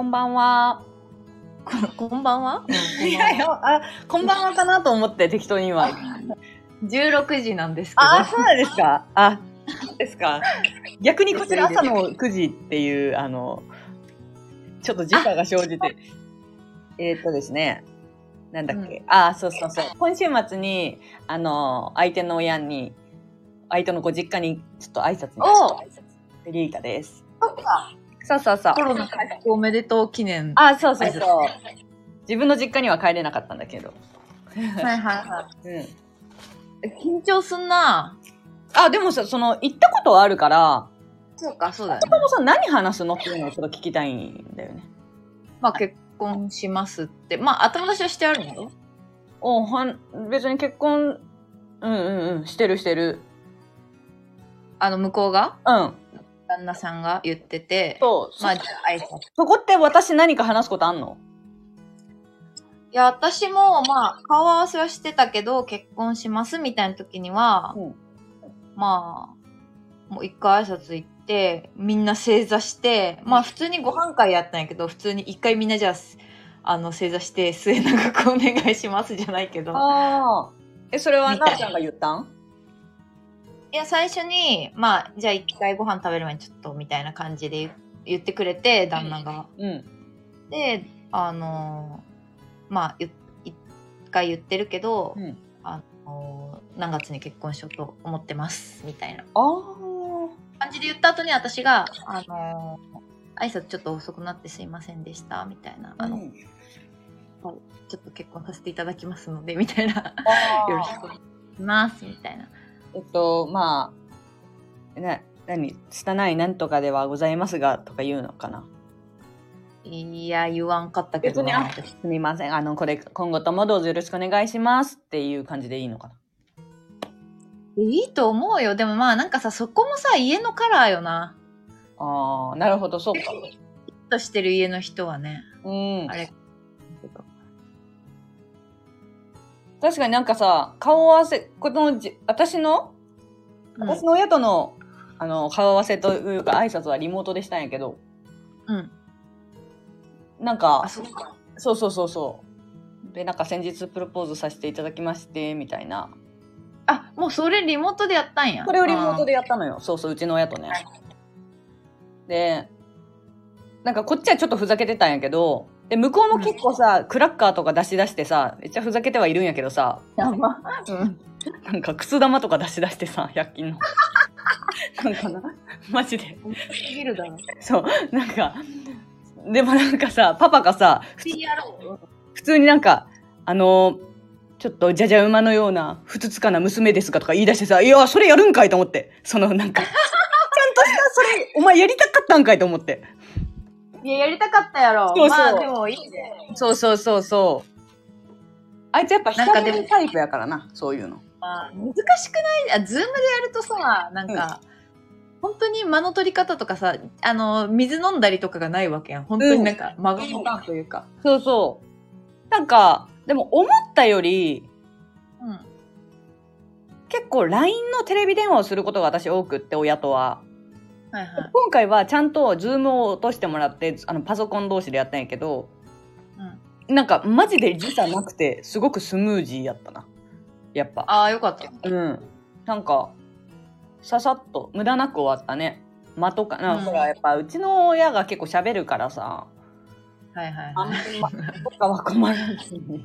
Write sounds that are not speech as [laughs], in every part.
んばんは。ここんばんは、うん、いやいや、あ、こんばんはかなと思って適当に今。 16時なんですけど。あ、そうなんですか。あ、そうですか。逆にこちら朝の9時っていう、あの、ちょっと時差が生じて。えーっとですね。なんだっけ。あ、そうそうそう。今週末に、あの、相手の親に、相手のご実家にちょっと挨拶にお来て、リータです。そっかそうそうそうコ。ロナ回復おめでとう記念。あ、そうそうそう。自分の実家には帰れなかったんだけど。はいはいはうん。い。緊張すんな。あ、でもさ、その、行ったことはあるから、そうか、そうだよそもそも何話すのっていうのをちょっと聞きたいんだよね。まあ結婚しますって。まあ頭出しはしてあるんだよ。おはん、別に結婚、うんうんうん、してるしてる。あの、向こうが、うん。旦那さんが言ってて。そう。ままあ、あ、じゃあ挨拶。いそこって私何か話すことあんのや、私も、まあ、顔合わせはしてたけど、結婚しますみたいな時には、うんまあ、もう一回挨拶行って、みんな正座して、まあ、普通にご飯会やったんやけど、普通に一回みんなじゃあ、あの、正座して、末永くお願いしますじゃないけど。ああ。え、それはみたいなおちゃんが言ったんいや、最初に、まあ、じゃあ一回ご飯食べる前にちょっと、みたいな感じで言言ってくれて、旦那が。うん。で、あのーまあ、言っ一回言ってるけど、うんあのー何月に結婚しようと思ってます、みたいなああ。感じで言った後に私が、あのー挨拶ちょっと遅くなってすいませんでした、みたいな。あの、うんちょっと結婚させていただきますので、みたいな。あーよろしくお願いします、みたいな。えっと、まあ、な、何、拙いなんとかではございますが、とか言うのかな。いや、言わんかったけど別になあすみません。あの、これ、今後ともどうぞよろしくお願いしますっていう感じでいいのかな。いいと思うよ。でもまあなんかさ、そこもさ、家のカラーよな。ああ、なるほど、そうか。ヒットしてる家の人はね。うんあ。れ。確かになんかさ、顔合わせ、このじ、私の、うん私の親との、あの、顔合わせというか、挨拶はリモートでしたんやけど、うん。なんかあ、、そうか。そうそうそうそう。で、なんか先日プロポーズさせていただきまして、みたいな。あ、もうそれリモートでやったんや。これをリモートで。でやったのよ。そうそう、うちの親とね。で、なんかこっちはちょっとふざけてたんやけど、で、向こうも結構さ、クラッカーとか出し出してさ、めっちゃふざけてはいるんやけどさ、やば。うん。なんか靴玉とか出し出してさ、100均の。なんかな、マジで。すぎるだ [laughs] ろ。そう、なんか、でもなんかさ、パパがさ、 PRO。普通になんか、あのーちょっとじゃじゃ馬のような、ふつつかな娘ですがとか言い出してさ、いや、それやるんかいと思って。その [laughs] なんか、ちゃんとした、それ、お前やりたかったんかいと思って。いや、やりたかったやろ。そうそうまあでもいいね。そうそうそうそう。あいつやっぱなんか光でもるタイプやからな、そういうの。まあ難しくないあ、ズームでやるとさ、なんか、本当に間の取り方とかさ、あの、水飲んだりとかがないわけやん。本当になんか、間が持たんというか。そうそう。なんか、でも思ったより、うん。結構 LINE のテレビ電話をすることが私多くって、親とは。はいはい。今回はちゃんと Zoom を落としてもらって、あのパソコン同士でやったんやけど、うん。なんかマジで時差なくてすごくスムージーやったなやっぱああ、よかった。うんなんかささっと無駄なく終わったね間とかな、うんほらやっぱうちの親が結構喋るからさはいはいあはんい。まり間とかは困らずに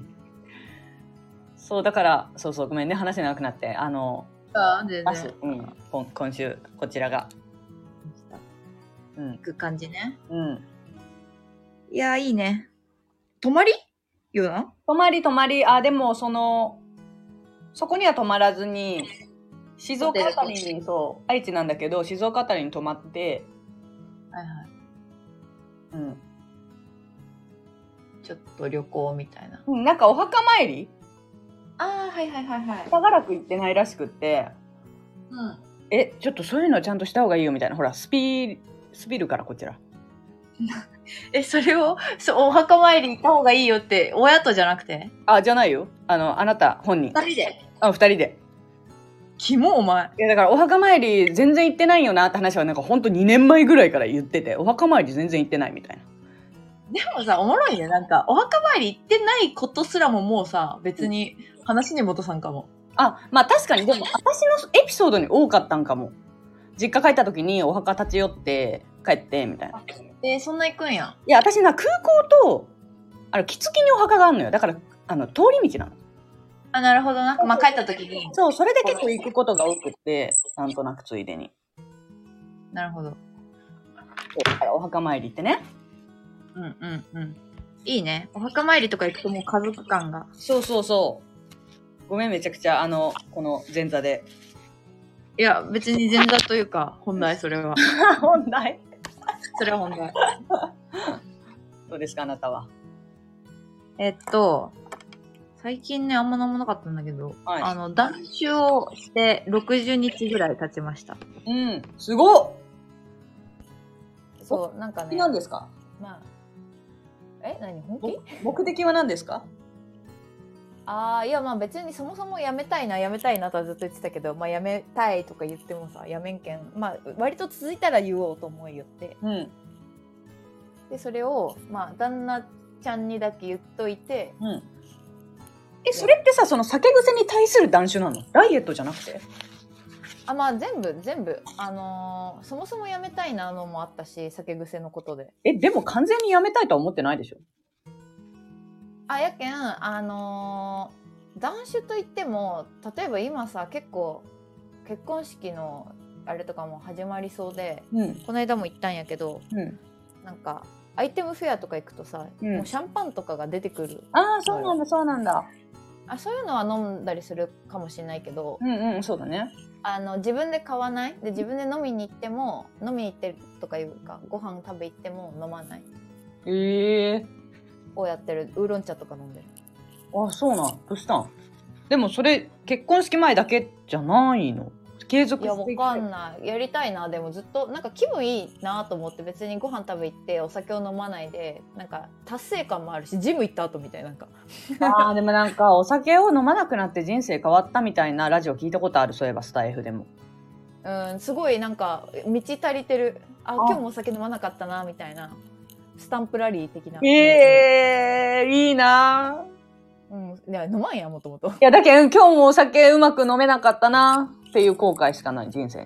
そうだからそうそうごめんね話せなくなってあのあ全まず然。、うん、こん今週こちらがうん行く感じね。うんいや、いいね。泊まりよな泊まり泊まりあでもそのそこには泊まらずに静岡あたりにそう愛知なんだけど静岡あたりに泊まって、はいはうんい。ちょっと旅行みたいな。うん、なんかお墓参りああ、はいはいはいはい。長らく行ってないらしくってうん。えちょっとそういうのちゃんとした方がいいよみたいなほらスピスピるからこちらえ、それを、そう、お墓参り行った方がいいよって、親とじゃなくてあじゃないよあのあなた本人二人で。あ二人でキモ、お前。いやだからお墓参り全然行ってないよなって話はなんかほんと2年前ぐらいから言っててお墓参り全然行ってないみたいなでもさ、おもろいね。なんか、お墓参り行ってないことすらももうさ、別に話に戻さんかも。あ、まあ確かに、でも私のエピソードに多かったんかも。実家帰った時にお墓立ち寄って帰って、みたいな。えー、そんな行くんや。いや、私な、空港と、あれ、木付きにお墓があるのよ。だから、あの、通り道なの。あ、なるほどな。まあ、帰った時に。そう、それで結構行くことが多くて、なんとなくついでに。なるほど。だからお墓参り行ってね。うんうんうん。いいね。お墓参りとか行くともう家族感が。そうそうそう。ごめん、めちゃくちゃ、あの、この前座で。いや、別に前座というか、本題それは。本題 [laughs] それは本題。どうですか、あなたは。えっと、最近ね、あんまなんもなかったんだけど、はいあの、断酒をして60日ぐらい経ちました。うん、すごっそう、なんかね、ですかまあ、え何本気ぼ目的は何ですかああいやまあ別にそもそもやめたいなやめたいなとはずっと言ってたけど、まあ、やめたいとか言ってもさやめんけん、まあ、割と続いたら言おうと思いよってうん、でそれを、まあ、旦那ちゃんにだけ言っといてうん。え、それってさ、その酒癖に対する断酒なのダイエットじゃなくてあまあ全部全部あのーそもそもやめたいなのもあったし酒癖のことでえ、でも完全にやめたいとは思ってないでしょあやけんあのー断酒といっても例えば今さ結構結婚式のあれとかも始まりそうでうん、この間も行ったんやけどうん。なんかアイテムフェアとか行くとさ、うんもうシャンパンとかが出てくるああ、そうなんだ、そうなんだ。あそういうのは飲んだりするかもしれないけどうんうん、そうだね。あの自分で買わないで自分で飲みに行っても飲みに行ってるとかいうかご飯食べ行っても飲まないええをやってるウーロン茶とか飲んでるあ、そうなん。どうしたんでもそれ、結婚式前だけじゃないの継続いやわしていきかたい。 [laughs] んないやりたいなでもずっとなんか気分いいなと思って別にご飯食べ行ってお酒を飲まないでなんか達成感もあるしジム行った後みたいななんかああ、でもなんか、お酒を飲まなくなって人生変わったみたいなラジオ聞いたことある、そういえば、スタイフでも。うん、すごいなんか満ち足りてるあ今日もお酒飲まなかったなみたいなスタンプラリー的なええいいなぁうん、いや飲まんやもともと [laughs] いや、だけど、今日もお酒うまく飲めなかったなっていう後悔しかない、人生に。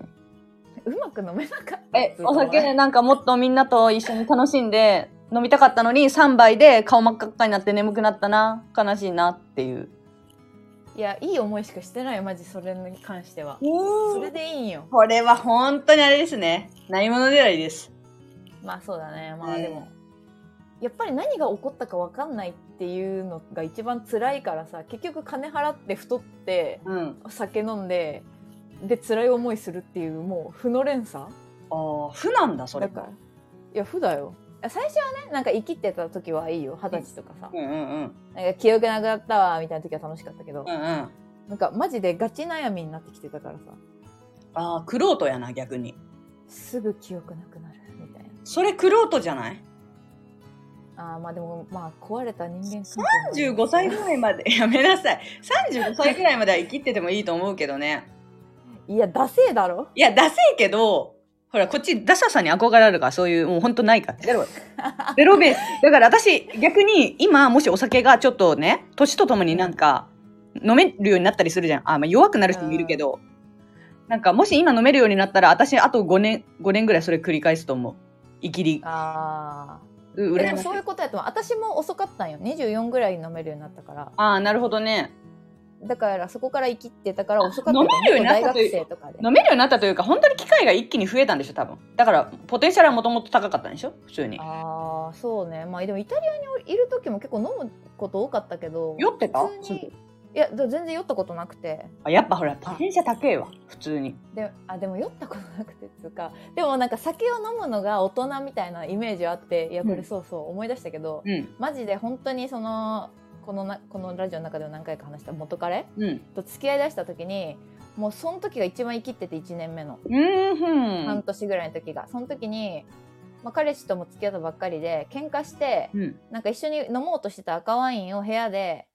うまく飲めなかったえっ、つうかお酒なんかもっとみんなと一緒に楽しんで、飲みたかったのに3杯で顔真っ赤っかになって眠くなったな、悲しいなっていう。いやいい思いしかしてないマジそれに関してはそれでいいんよこれは本当にあれですね。何者狙いです。まあそうだねまあうんでも、やっぱり何が起こったか分かんないっていうのが一番辛いからさ結局金払って太ってうん。お酒飲んでで辛い思いするっていうもう負の連鎖ああ、負なんだ、それだからいや負だよ最初はねなんか生きてた時はいいよ二十歳とかさ、うんうんうん。なんか記憶なくなったわみたいな時は楽しかったけど、うんうん。あなんかマジでガチ悩みになってきてたからさあー、くろうとやな、逆に。すぐ記憶なくなるみたいそれくろうとじゃないなあーまあでもまあ壊れた人間関係も ?35 歳ぐらいまで、 [laughs] やめなさい。35歳ぐらいまでは生きててもいいと思うけどね。いやダセえだろいや、ダセえけど、ほら、こっち、ダサさに憧れあるから、そういう、もうほんとないから。ゼロ。ゼロベース。だから私、逆に、今、もしお酒がちょっとね、年とともになんか、飲めるようになったりするじゃん。あ、まあ、弱くなる人もいるけど、なんか、もし今飲めるようになったら、私、あと5年、5年ぐらいそれ繰り返すと思う。生きり。あうー羨でまもしいそういうことやと思う私も遅かったんよ24ぐらい飲めるようになったからああ、なるほどね。だからそこから生きてたから遅かった飲めるようになった大という学生とかで飲めるようになったというか、本当に機会が一気に増えたんでしょ、多分。だから、ポテンシャルはもともと高かったんでしょ普通に。ああそうねまあでもイタリアにいる時も結構飲むこと多かったけど酔ってた普通にいやでも全然酔ったことなくてあやっぱほら、ポテンシャル高えわ。普通に。であでも酔ったことなくてっていうかでもなんか酒を飲むのが大人みたいなイメージあっていやこうんれそうそう思い出したけど、うん。マジで本当にそのこのなこのラジオの中でも何回か話した元彼うん。と付き合いだした時にもうその時が一番生きってて1年目の、うん、半年ぐらいの時がその時に、まあ、彼氏とも付き合ったばっかりで喧嘩してうん。なんか一緒に飲もうとしてた赤ワインを部屋で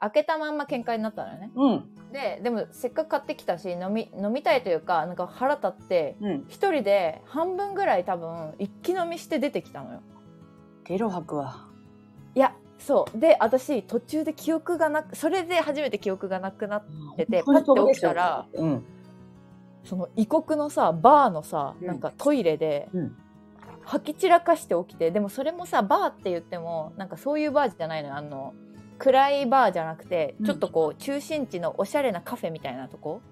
開けたまんま喧嘩になったのよねうん。ででもせっかく買ってきたし飲み飲みたいというかなんか腹立ってうん。一人で半分ぐらい多分一気飲みして出てきたのよゲロ吐くわ。いやそうで私途中で記憶がなくそれで初めて記憶がなくなっててパッて起きたらうん。その異国のさバーのさうんなんかトイレでうん吐き散らかして起きてでもそれもさバーって言ってもなんかそういうバーじゃないのよあの暗いバーじゃなくてうんちょっとこう中心地のおしゃれなカフェみたいなとこ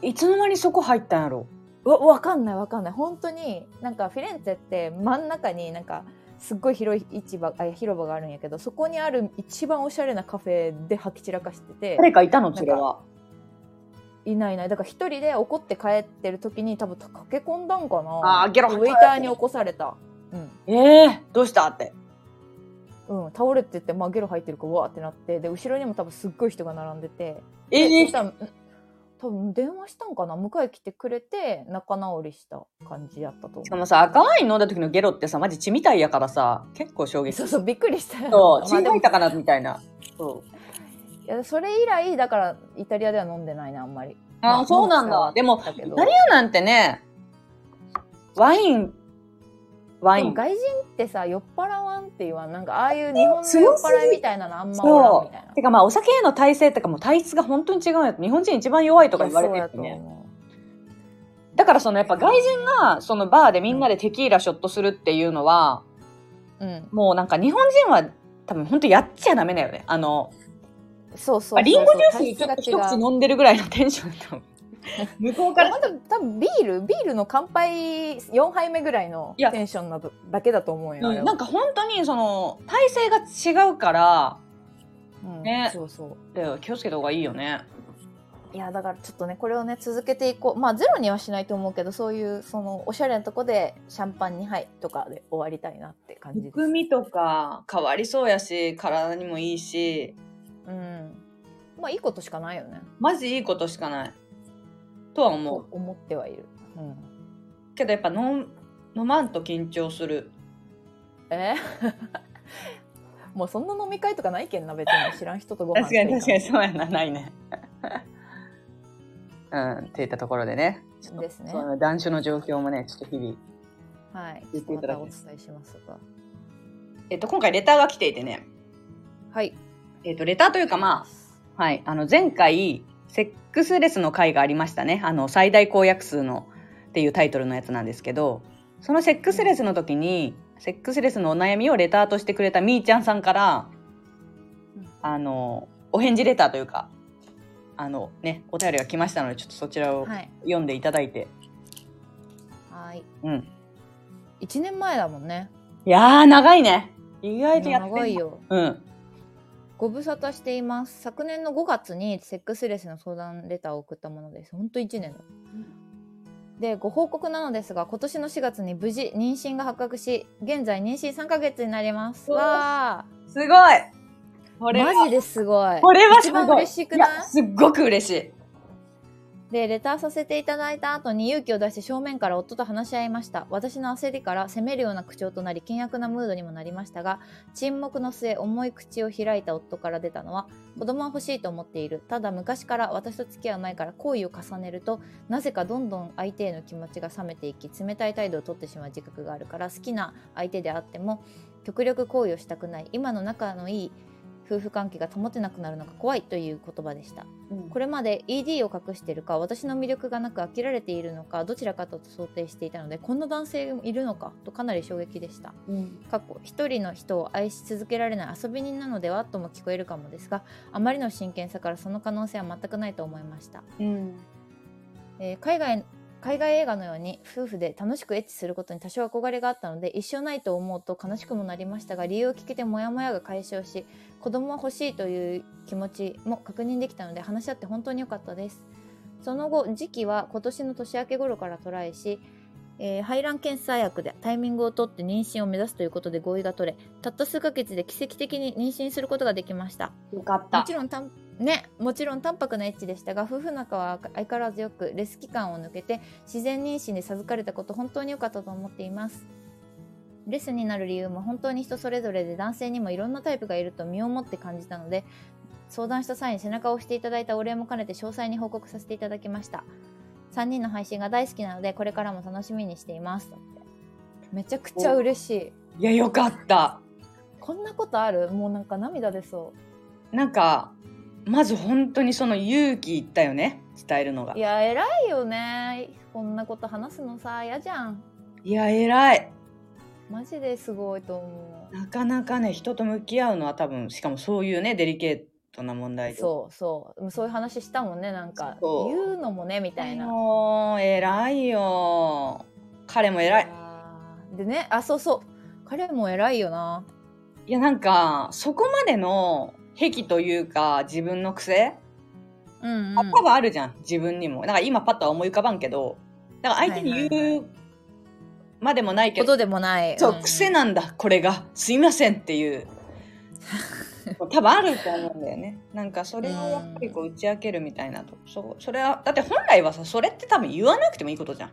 いつの間にそこ入ったんやろわわかんないわかんない本当になんかフィレンツェって真ん中になんかすっごい広い市場あ広場があるんやけどそこにある一番おしゃれなカフェで吐き散らかしてて誰かいたのそれは。いないいないだから一人で怒って帰ってる時に多分駆け込んだんかなあーゲロ吐ウいェイたターに起こされたうんええー、どうしたって。うん、倒れてて、まあ、ゲロ入ってるからわーってなってで後ろにも多分すっごい人が並んでてえそえしたらん多分電話したんかな迎え来てくれて仲直りした感じやったと思しかうもさ、赤ワイン飲んだ時のゲロってさ、マジ血みたいやからさ、結構衝撃。そうそうびっくりしたよそう、血まあでも吐いたかなみたいな。そう。いやそれ以来だからイタリアでは飲んでないなあんまりあーまそうなんだ飲む機会はあったけどイタリアなんてね、ワイン、ワでイもン。外人ってさ酔っ払わんって言わんなんかああいう日本の酔強っすぎ払いみたいなのあんまおらんみたいなてかまあ、お酒への耐性とかも体質が本当に違うんや日本人一番弱いとか言われてるよいやそうやね。と思うだからそのやっぱ外人がそのバーでみんなでテキーラショットするっていうのは、うん、もうなんか日本人は多分本当やっちゃダメだよね。あの、そうそうそまあうリンゴジュースにちょっと体質一が違う口飲んでるぐらいのテンションだも [laughs] ん。向こういやまだ多分ビールビールの乾杯4杯目ぐらいのいやテンションなどだけだと思うよ、あれはなんか本当にその体勢が違うからうんねそうそだよ気をつけた方がいいよね。ういやだからちょっとねこれをね続けていこうまあゼロにはしないと思うけどそういうそのおしゃれなとこでシャンパン2杯とかで終わりたいなって感じです含みとか変わりそうやし体にもいいしうんまあいいことしかないよねマジいいことしかないとは思とう。思ってはいる、うん、けどやっぱ飲ん飲まんと緊張する。え [laughs] もうそんな飲み会とかないけんな別に知らん人とご飯確かに確かににそうやなないね。うんっていったところでね。ちょっとですねその断酒の状況もねちょっと日々。はい言っていまただたけお伝えしますがえっと今回レターが来ていてね。はいえっとレターというかまあはい、あの前回セックスレスの回がありましたねあの最大公約数のっていうタイトルのやつなんですけどそのセックスレスの時にセックスレスのお悩みをレターとしてくれたみーちゃんさんからうんあのお返事レターというかあのねお便りが来ましたのでちょっとそちらをはい読んでいただいて、はいうん1年前だもんねいやー長いね意外とやってんな長いようんご無沙汰しています昨年の5月にセックスレスの相談レターを送ったものですほんと1年だでご報告なのですが今年の4月に無事妊娠が発覚し現在妊娠3ヶ月になりますうわわすごいこーれはマジですごいこれはす一ごい番嬉しくないいやすっごく嬉しいでレターさせていただいた後に勇気を出して正面から夫と話し合いました私の焦りから責めるような口調となり険悪なムードにもなりましたが沈黙の末重い口を開いた夫から出たのは子供は欲しいと思っているただ昔から私と付き合う前から行為を重ねるとなぜかどんどん相手への気持ちが冷めていき冷たい態度をとってしまう自覚があるから好きな相手であっても極力行為をしたくない今の仲のいい夫婦関係が保てなくなるのが怖いという言葉でしたこれまで ED を隠しているか私の魅力がなく飽きられているのかどちらかと想定していたのでこんな男性もいるのかとかなり衝撃でした過去一人の人を愛し続けられない遊び人なのではとも聞こえるかもですがあまりの真剣さからその可能性は全くないと思いました、うんえー海外海外映画のように夫婦で楽しくエッチすることに多少憧れがあったので一生ないと思うと悲しくもなりましたが理由を聞けてモヤモヤが解消し子供は欲しいという気持ちも確認できたので話し合って本当に良かったですその後時期は今年の年明け頃からトライし、えー排卵検査薬でタイミングを取って妊娠を目指すということで合意が取れたった数ヶ月で奇跡的に妊娠することができましたよかっもたちろんたんね、もちろん淡白なエッチでしたが夫婦仲は相変わらずよくレス期間を抜けて自然妊娠で授かれたこと本当に良かったと思っていますレスになる理由も本当に人それぞれで男性にもいろんなタイプがいると身をもって感じたので相談した際に背中を押していただいたお礼も兼ねて詳細に報告させていただきました3人の配信が大好きなのでこれからも楽しみにしていますだってめちゃくちゃ嬉しいいや、よかった。こんなことあるもうなんか涙出そなんか、まず本当にその勇気いったよね、伝えるのが。ういいや、や偉いよねこんなこと話すのさ嫌じゃん偉い。マジですごいと思なかなかね、人と向き合うのは多分、しかもそういうね、デリケートな問題うで。そうそうそういう話したもんねなんかそう言うのもねみたいなもう、偉いよ。彼も偉い。あーでねあそうそう彼も偉いよないや、なんか、そこまでの癖というか、自分の癖、うん、あ多分あるじゃん、自分にも。なんか今パッとは思い浮かばんけど、なんか相手にはいはい言うまでもないけこど、とでもないそう、ん癖なんだ、これが。すいませんって [laughs] いう。多分あると思うんだよね。なんかそれをやっぱりこう打ち明けるみたいなと。そう、それは、だって本来はさ、それって多分言わなくてもいいことじゃん。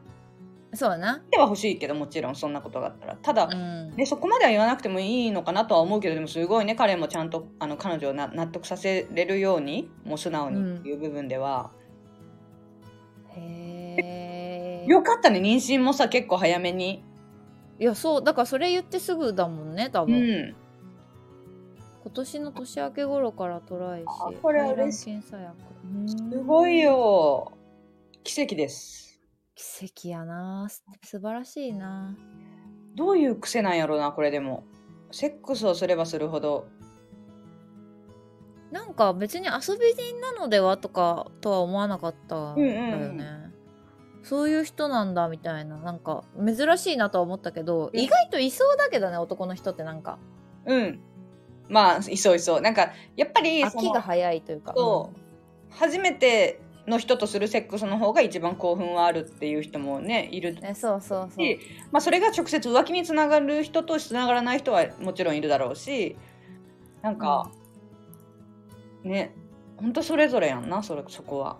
言そうやなっては欲しいけど、もちろんそんなことがあったら。ただ、うんね、そこまでは言わなくてもいいのかなとは思うけどでもすごいね彼もちゃんとあの彼女をな納得させれるようにもう素直うんにっていう部分では、へえよかったね妊娠もさ結構早めにいやそうだからそれ言ってすぐだもんね多う分、ん今年の年明け頃からトライしあこれは嬉しい検査薬うーんすごいよ奇跡です奇跡やなす素晴らしいなどういう癖なんやろうなこれでもセックスをすればするほどなんか別に遊び人なのではとかとは思わなかったんだよね、うんうんそういう人なんだみたいななんか珍しいなとは思ったけど、意外といそうだけどね男の人ってなんかうんまあいそういそうなんかやっぱりそ秋のが早いというかそう初めての人とするセックスの方が一番興奮はあるっていう人もねいるうんねそうそうそうし、まあ、それが直接浮気につながる人とつながらない人はもちろんいるだろうしなんか、ねほんとそれぞれやんなそれそこは。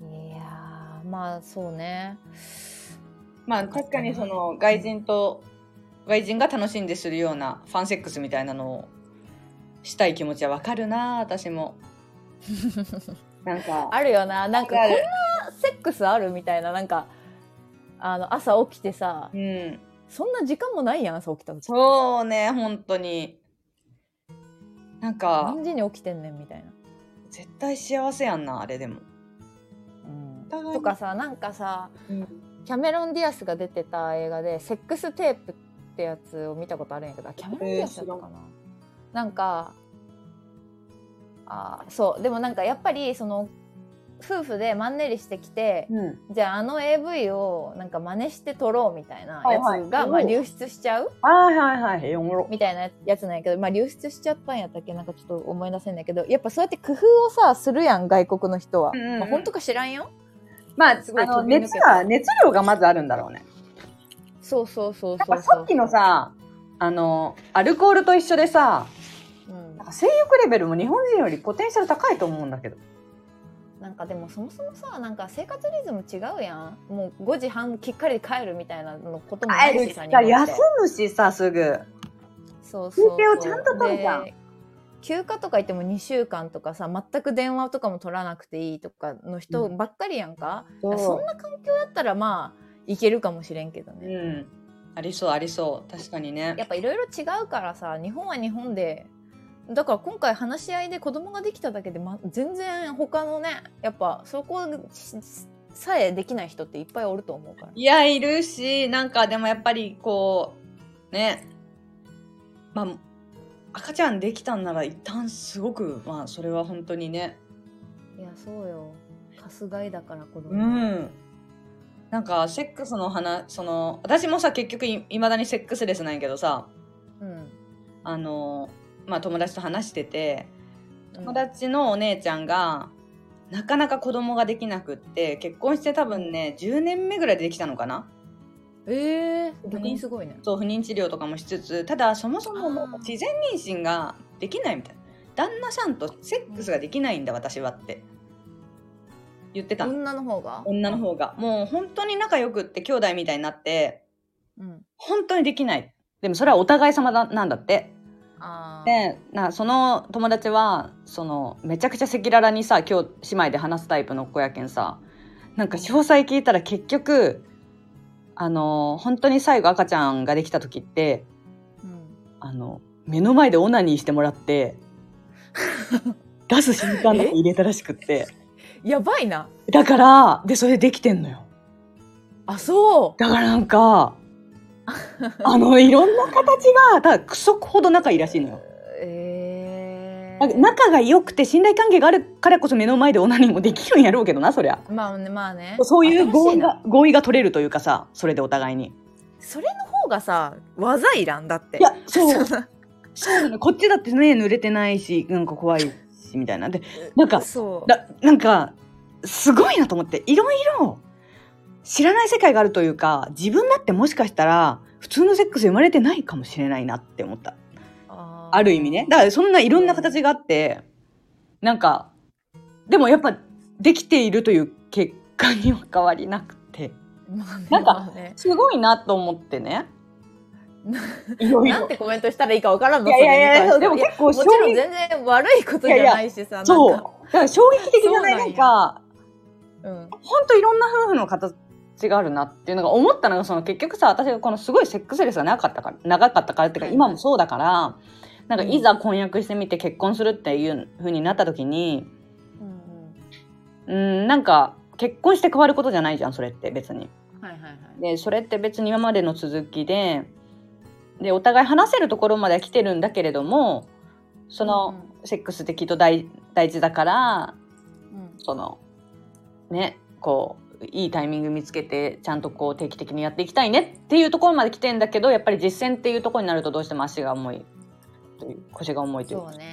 いやーまあそうねまあ確かにその外人と外人が楽しんでするようなファンセックスみたいなのをしたい気持ちはわかるな私 [laughs] も。なんかあるよななんかあるこんなセックスあるみたいななんかあの朝起きてさうん、そんな時間もないやん朝起きた時そうね本当になんか何時に起きてんねんみたいな、絶対幸せやんなあれでも。互いにとかさなんかさうん、キャメロン・ディアスが出てた映画で「セックステープ」ってやつを見たことあるんやけどキャメロン・ディアスだったかな、なんかあーそうでもなんかやっぱりその夫婦でマンネリしてきて、じゃああの AV をなんか真似して撮ろうみたいなやつが、はいはいまあ、流出しちゃうあはいはいはいえおもろみたいなやつなんやけど、まあ、流出しちゃったんやったっけなんかちょっと思い出せんだけどやっぱそうやって工夫をさするやん外国の人は、うんうんうんまあ、本当か知らんよまあ、すごいあの飛び抜け熱てが、熱量がまずあるんだろうね。そうそうそうやっそうぱさっきのさ、あの、アルコールと一緒でさ、うんなんか性欲レベルも日本人よりポテンシャル高いと思うんだけど。なんかでもそもそもさなんか生活リズム違うやんもう5時半きっかり帰るみたいなのこともないしささ、日本って休むしさ、すぐ。そうそうそ休う憩をちゃんと取るじゃんで休暇とか言っても2週間とかさ全く電話とかも取らなくていいとかの人ばっかりやんか、そそんな環境だったらまあいけるかもしれんけどうね、ん。ありそう、ありそう。確かにね。やっぱいろいろ違うからさ日本は日本でだから今回話し合いで子供ができただけで、ま、全然他のねやっぱそこしさえできない人っていっぱいおると思うから。いや、いるし、なんかでもやっぱりこう、ね、まあ、赤ちゃんできたんなら一旦すごく、まあ、それは本当にね、いやそうよかすがいだから子供、う、ん。なんか、セックスの話、その、私もさ、結局い、いまだにセックスレスなんやけどさ、うんあの、まあ、友達と話してて、うん友達のお姉ちゃんが、なかなか子供ができなくって、結婚して多分ね、10年目ぐらいでできたのかなええ逆にすごいねそう、不妊治療とかもしつつ、ただ、そもそももうあー自然妊娠ができないみたいな。旦那さんとセックスができないんだ、私はって。言ってたの。女の方が女の方が。もう本当に仲良くって、兄弟みたいになって、うん本当にできないでもそれはお互い様だなんだってあーでなその友達はそのめちゃくちゃ赤裸々にさ今日姉妹で話すタイプの子やけんさなんか詳細聞いたら結局あの本当に最後赤ちゃんができた時ってうんあの、目の前でオナニーしてもらって、出す瞬間だけ入れたらしくって。やばいな。だから、で、それできてんのよ。あ、そだからなんか、あの、いろんな形が、ただ、クソほど仲いいらしいのよう。。えなんかー。仲が良くて信頼関係があるからこそ目の前でオナニーもできるんやろうけどな、そりゃ。まあね、まあね。そういう合新し意な。が、合意が取れるというかさ、それでお互いに。それの方がさ、技いらんだって。いや、 [laughs] そう。う。そうなの。こっちだってね、濡れてないし、なんか怖いし、みたいな。で、なんか、そう。ななんか、すごいなと思って、いろいろ知らない世界があるというか、自分だってもしかしたら、普通のセックス生まれてないかもしれないなって思った。あーある意味ね。だから、そんないろんな形があって、なんか、でもやっぱ、できているという結果には変わりなくて、まあね、なんかまあね、すごいなと思ってね。 [laughs] いろいなろん。てコメントしたらいいかわからんいのやいやいや、そでれもに関して結構もちろん全然悪いことじゃないしさ、そう。なだんかから衝撃的じゃないそうななんんやか、うん、ほんといろんな夫婦の形があるなっていうのが思ったのが、その結局さ、私がこのすごいセックスレスが長かったから、長かったからっていうか、はい今もそうだから、なんかうんいざ婚約してみて結婚するっていう風になった時に、うんうん、なんか結婚して変わることじゃないじゃん、それって別に。うん、はいはいはい。で、それって別に今までの続きで、で、お互い話せるところまでは来てるんだけれども、その、セックスってきっと大大事だから、うん、そのねこういいタイミング見つけてちゃんとこう定期的にやっていきたいねっていうところまで来てんだけどやっぱり実践っていうところになるとどうしても足が重いという腰が重いというそうね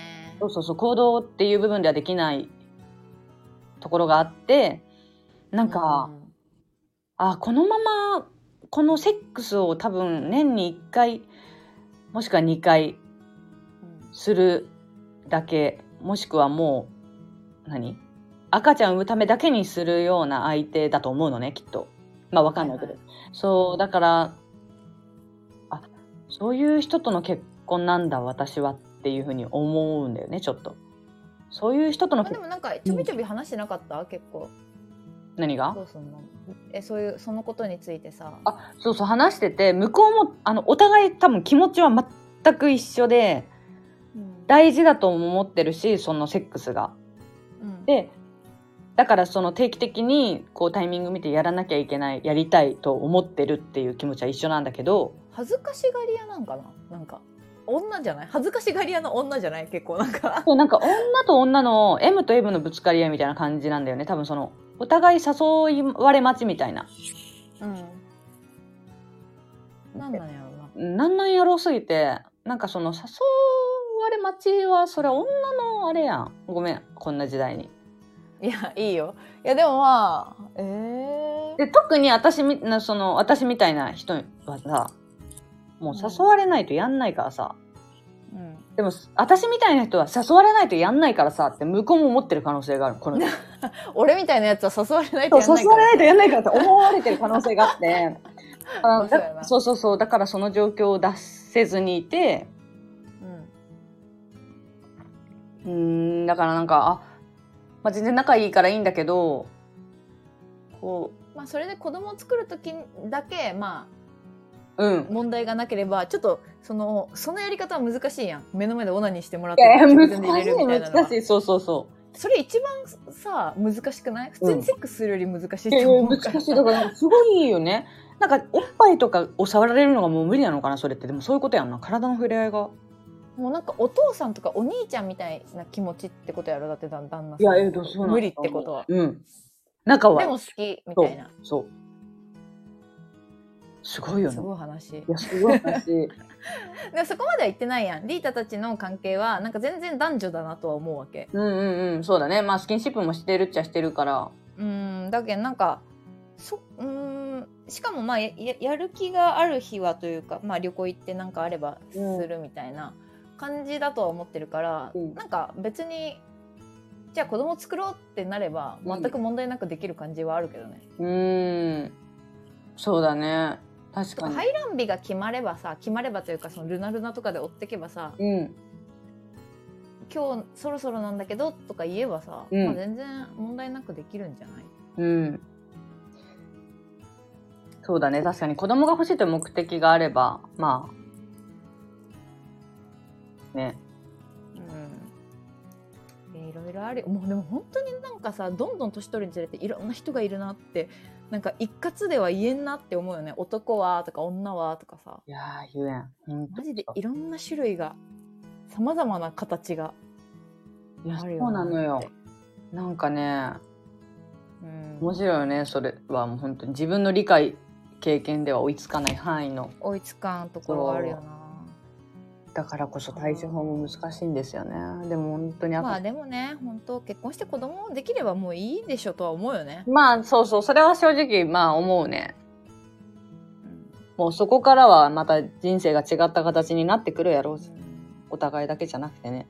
そ。うそうそう行動っていう部分ではできないところがあってなんか、あこのままこのセックスを多分年に1回もしくは2回うん、するだけもしくはもう何赤ちゃんを産むためだけにするような相手だと思うのねきっとまあわかんないけど、はいそうだからあそういう人との結婚なんだ私はっていうふうに思うんだよねちょっとそういう人とのあで結もなんかちょびちょび話してなかった結構何がどうすんのえそういうそのことについてさあそうそう話してて向こうもあのお互い多分気持ちは全く一緒でうん大事だと思ってるしそのセックスがうんでだからその定期的にこうタイミング見てやらなきゃいけないやりたいと思ってるっていう気持ちは一緒なんだけど恥ずかしがり屋なんかななんか女じゃない恥ずかしがり屋の女じゃない結構なんかそうなんか女と女の M と M のぶつかり合いみたいな感じなんだよね多分そのお互い誘われ待ちみたいなうんなんなんやろうななんなんやろうすぎてなんかその誘われ待ちはそれは女のあれやんごめんこんな時代にいやいいよいやでもまあえー、で特に私みなその私みたいな人はさもう誘われないとやんないからさ、うんでも、私みたいな人は誘われないとやんないからさって向こうも思ってる可能性がある。こ [laughs] の俺みたいなやつは誘われないとやんない誘かわれらないとやんないからって思われてる可能性があって。 [laughs] あのそうやなだそうそうそう。だからその状況を出せずにいて、うんうーん、だからなんか、あ、まあ、全然仲いいからいいんだけど、こまあそれで子供を作る時だけまう、うあん。問題がなければちょっとそのそのやり方は難しいやん目の前でオナにしてもらっいてやいや、 [laughs] 難し全い、部入れるみたいなのは難しい。そうそうそう。それ一番さ難しくない普通うんにセックスするより難しいいやいとや思うから、難しい。だから、すごいいいよね。なんか、おっぱいとかを触られるのがもう無理なのかな、それって。でもそういうことやんな。体の触れ合いが。もうなんかお父さんとかお兄ちゃんみたいな気持ちってことやろだってだん旦那さんいや、えっと、そうなんだ無理ってことはうん。仲はでも好きみたいなそう。すごいよねす。ごい話いや、すごい [laughs] 話。でもそこまでは言ってないやんリータたちの関係はなんか全然男女だなとは思うわけうんうんうん、そうだね。まあ、スキンシップもしてるっちゃしてるから。うんだけどなんかそうーんしかもまあやややる気がある日はというか、まあ、旅行行ってなんかあればするみたいな感じだとは思ってるから、うんなんか別にじゃあ子供作ろうってなれば全く問題なくできる感じはあるけどね、うーん。そうだね。確かに。排卵日が決まればさ決まればというかそのルナルナとかで追ってけばさうん。今日そろそろなんだけどとか言えばさ、うんまあ、全然問題なくできるんじゃないうん。そうだね。確かに子供が欲しいという目的があれば、まあ、ね。でいろいろあるよもうでも本当になんかさどんどん年取るにつれていろんな人がいるなってなんか一括では言えんなって思うよね男はとか女はとかさいやー、ゆえん。ほんとマジでいろんな種類がさまざまな形がいや、あそるうよなのっよて。なんかね、うん面白いよね、それは。もう本当に自分の理解、経験では追いつかない範囲の。追いつかんところがあるよなだからこそ対処法も難しいんですよね。でも本当にあとまあでもね本当結婚して子供できればもういいでしょとは思うよねまあそうそう、それは正直まあ思うね。もうそこからはまた人生が違った形になってくるやろうしお互いだけじゃなくてね。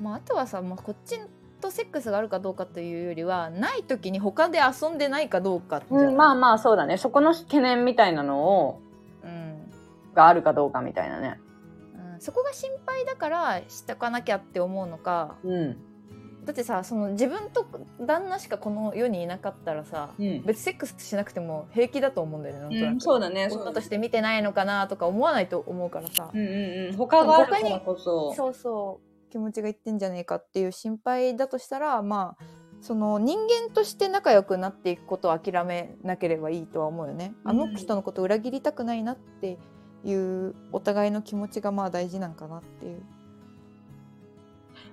まあ、あとはさ、まあ、こっちとセックスがあるかどうかというよりはない時に他で遊んでないかどうかじゃないまあまあそうだね。そこの懸念みたいなのを、うんがあるかどうかみたいなね。うんそこが心配だからしとかなきゃって思うのかうん。だってさその自分と旦那しかこの世にいなかったらさうん。別にセックスしなくても平気だと思うんだよねなんとなく、そうだね。そう女だとねして見てないのかなとか思わないと思うからさ、うんうんうん。他があるからこそ。そうそう気持ちがいってんじゃねえかっていう心配だとしたらまあその人間として仲良くなっていくことを諦めなければいいとは思うよね。あうんの人のことを裏切りたくないなっていうお互いの気持ちがまあ大事なんかなっていう。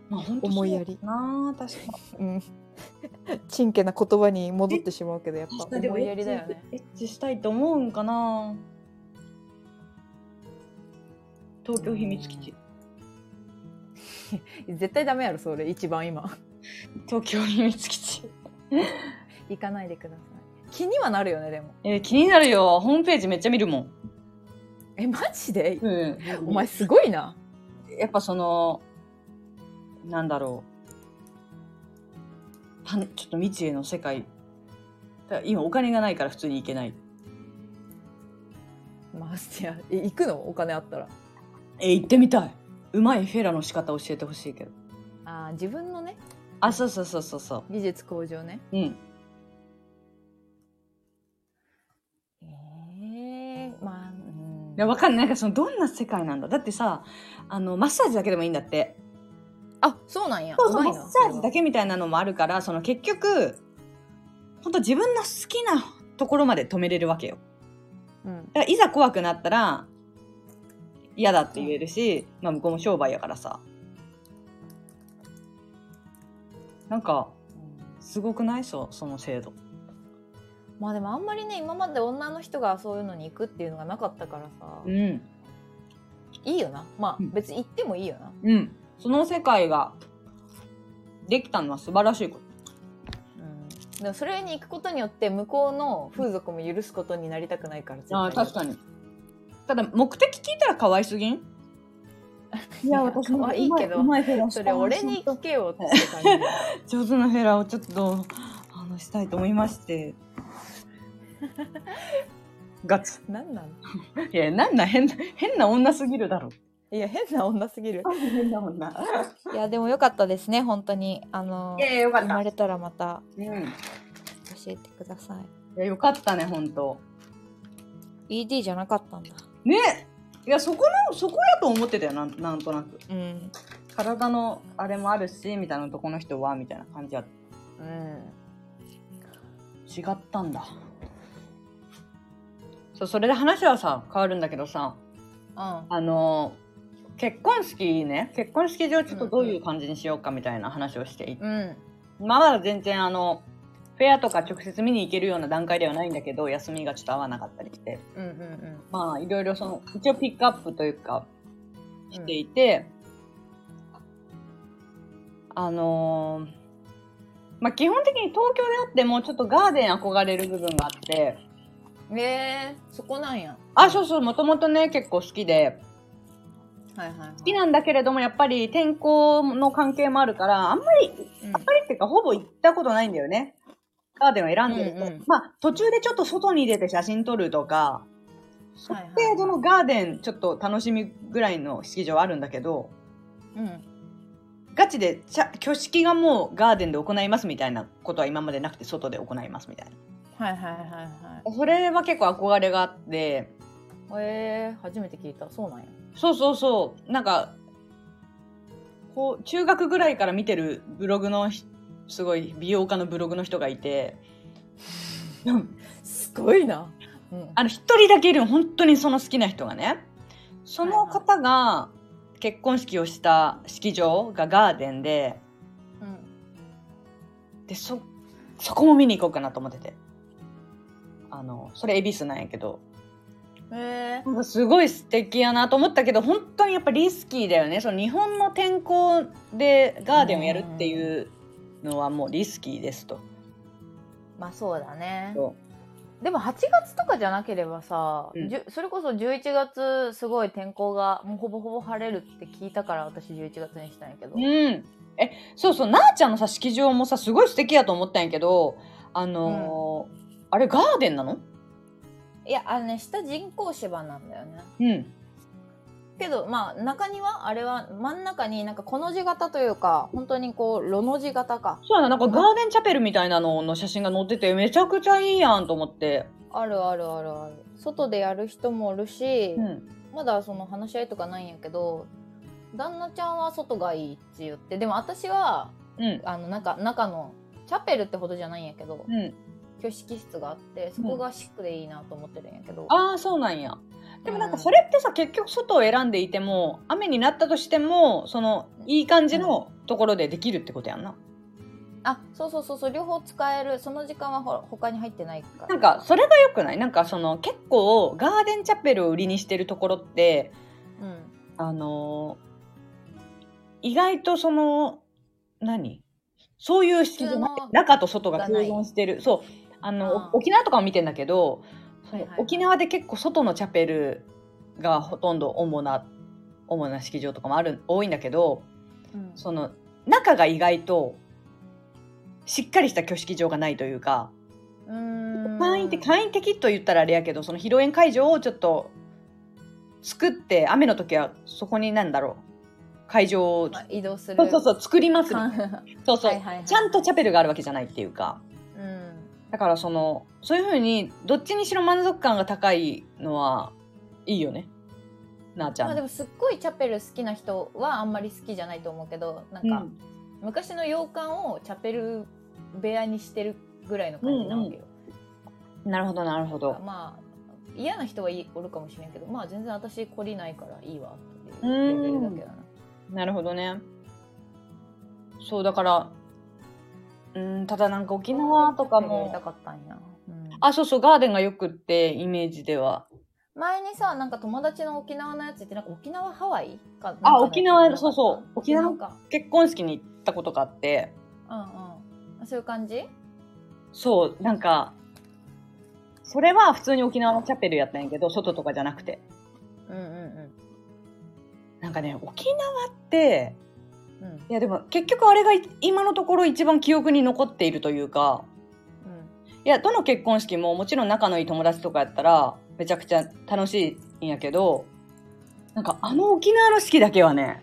まあ本思いやりなあ確かうん。 [laughs] ちんけな言葉に戻ってしまうけど [laughs] やっぱに。思いやりだよね。エッチしたいと思うんかな東京秘密基地。 [laughs] 絶対ダメやろそれ一番今。東京秘密基地。 [laughs] [laughs] 行かないでください。気にはなるよねでも。えー気になるよ。ホームページめっちゃ見るもん。えマジで、うん。お前、すごいな。やっぱその、なんだろう。パン、ちょっと未知への世界。だから今お金がないから普通に行けない。まあ、いやえ行くのお金あったら。えー行ってみたい。うまいフェラの仕方教えてほしいけど。あー自分のねあ、そうそうそうそうそ技術向上ねう。うん。ええまあういんや、わかんない。なんかその、どんな世界なんだだってさ、あの、マッサージだけでもいいんだって。あそうなんやそうそう、まマいッなサージだけみたいなのもあるから、その結局、本当自分の好きなところまで止めれるわけよ。うだんからいざ怖くなったら嫌だって言えるし、まあ向こうも商売やからさなんかすごくないそその制度まあでもあんまりね今まで女の人がそういうのに行くっていうのがなかったからさ、んいいよなまあ、うん別に行ってもいいよなうんその世界ができたのは素晴らしいこでもそれに行くことによって向こうの風俗も許すことになりたくないからとああ確かににただ目的聞いたら可愛すぎんいや私もい可愛いけどうまいフェラそれ俺に聞けよって感じ上手なフェラをちょっとあのしたいと思いまして [laughs] ガッツ [laughs] 何なんいや、なんなん変な、変な女すぎるだろ。いや変な女すぎる変な女。いやでもよかったですね本当にあのいやいや、よかっ生た。まうん。れたらまたい教えてくださいや、よかったね、ほんと。 ED じゃなかったんだねいや、そこの、そこやと思ってたよ、なんなんとなく。うん体のあれもあるし、みたいな男の人は、みたいな感じや。うん違ったんだ。そう、それで話はさ、変わるんだけどさ、うんあのー結婚式ね、結婚式場ちょっとどういう感じにしようかみたいな話をしていてうんまあまだ全然あの、フェアとか直接見に行けるような段階ではないんだけど、休みがちょっと合わなかったりして、うんうんまあいろいろその、一応ピックアップというか、していて、あのーまあ基本的に東京であってもちょっとガーデン憧れる部分があって、うんえー、そこなんやあ、そうそう、もともとね、結構好きで、はいはい、はい、好きなんだけれども、やっぱり天候の関係もあるから、あんまりうんあんまりっていうか、ほぼ行ったことないんだよね。ガーデンを選んでると。うんうんまあ、途中でちょっと外に出て写真撮るとか、そはいはい程度のガーデンちょっと楽しみぐらいの式場はあるんだけど、うんガチでちゃ挙式がもうガーデンで行いますみたいなことは今までなくて外で行いますみたいはいはいはな。それは結構憧れがあって、いはいえー、初めて聞いたそうなんやそうそうそう、なんか、こう中学ぐらいから見てるブログのひすごい美容家のブログの人がいてすごいな。うんあの一人だけいるの本当にその好きな人がねその方が結婚式をした式場がガーデンでうんでそそこも見に行こうかなと思っててあのそれ恵比寿なんやけどへえ。なんかすごい素敵やなと思ったけど本当にやっぱリスキーだよねその日本の天候でガーデンをやるっていうのはもうリスキーですと。まあそうだね。そでも8月とかじゃなければさ、うんじゅそれこそ11月すごい天候がもうほぼほぼ晴れるって聞いたから私11月にしたんやけど。ううんえそうそうなあちゃんのさ式場もさすごい素敵やと思ったんやけどあのーあれガーデンなのいやあのね下人工芝なんだよね。うんけどまあ中庭あれは真ん中になんかこの字型というか本当にこうロの字型かそうやななんかガーデンチャペルみたいなのの写真が載っててめちゃくちゃいいやんと思って、あるあるあるある外でやる人もおるし、うん、まだその話し合いとかないんやけど旦那ちゃんは外がいいって言ってでも私はうんあのなんか中のチャペルってほどじゃないんやけどうん挙式室があってそこがシックでいいなと思ってるんやけど、ああそうなんやでもなんうかんそれってさ結局外を選んでいても雨になったとしてもそのいい感じのところでできるってことやんな、あそうそうそうそう両方使えるその時間はほら他に入ってないからなんかそれが良くないなんかその結構ガーデンチャペルを売りにしてるところってうんあのー意外とその何そういう式場普通の中と外がが共ない存してるそうあのあー沖縄とかも見てんだけどそのはいはいはい沖縄で結構外のチャペルがほとんど主な主な式場とかもある多いんだけどうんその中が意外としっかりした挙式場がないというか。うーん簡易的簡易的と言ったらあれやけどその披露宴会場をちょっと作って雨の時はそこに何だろう会場をまあ移動するそうそうそ [laughs] う作りますかんそうそう、はいはいはいちゃんとチャペルがあるわけじゃないっていうかうんだからそのそういうふうにどっちにしろ満足感が高いのはいいよねなあちゃん、まあでもすっごいチャペル好きな人はあんまり好きじゃないと思うけどなんか昔の洋館をチャペル部屋にしてるぐらいの感じなわけよ、うんなるほどなるほどまあ嫌な人はいおるかもしれんけどまあ全然私懲りないからいいわってういんうレベルだけどななるほどね。そうだから、うん、ただなんか沖縄とかやりたも、かったんや、うんあ、そうそう、ガーデンがよくって、イメージでは。前にさなんか友達の沖縄のやつってなんか沖縄ハワイかなんかのやあ、つ沖縄、なかったそうそう、沖縄沖縄か結婚式に行ったことがあって、うんうんそういう感じそう、なんか、それは普通に沖縄のチャペルやったんやけど、外とかじゃなくて。うんうんなんかね、沖縄って、うんうんいやでも結局あれがい今のところ一番記憶に残っているというか、いや、どの結婚式ももちろん仲のいい友達とかやったら、めちゃくちゃ楽しいんやけど、なんかあの沖縄の式だけはね、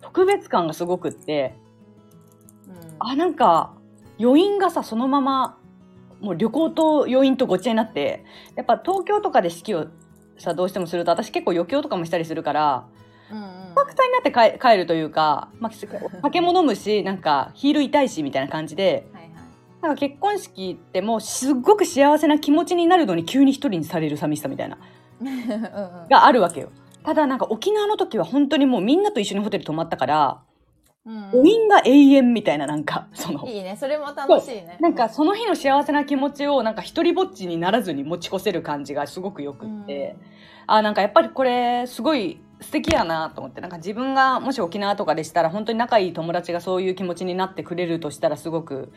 特別感がすごくって、うんうんあ、なんか余韻がさ、そのまま、もう旅行と余韻とごっちゃになって、やっぱ東京とかで式をさ、どうしてもすると、私結構余興とかもしたりするから、うんうんうんになって帰帰るというか、まあ、酒も飲むし、なんかヒール痛いしみたいな感じで、はいはいなんか結婚式ってもうすっごく幸せな気持ちになるのに急に一人にされる寂しさみたいなうんうんがあるわけよただなんか沖縄の時は本当にもうみんなと一緒にホテル泊まったからうん余韻が永遠みたいななんかそのいいねそれも楽しいねなんかその日の幸せな気持ちをなんか一人ぼっちにならずに持ち越せる感じがすごくよくって、あなんかやっぱりこれすごい素敵やなと思ってなんか自分がもし沖縄とかでしたら本当に仲いい友達がそういう気持ちになってくれるとしたらすごく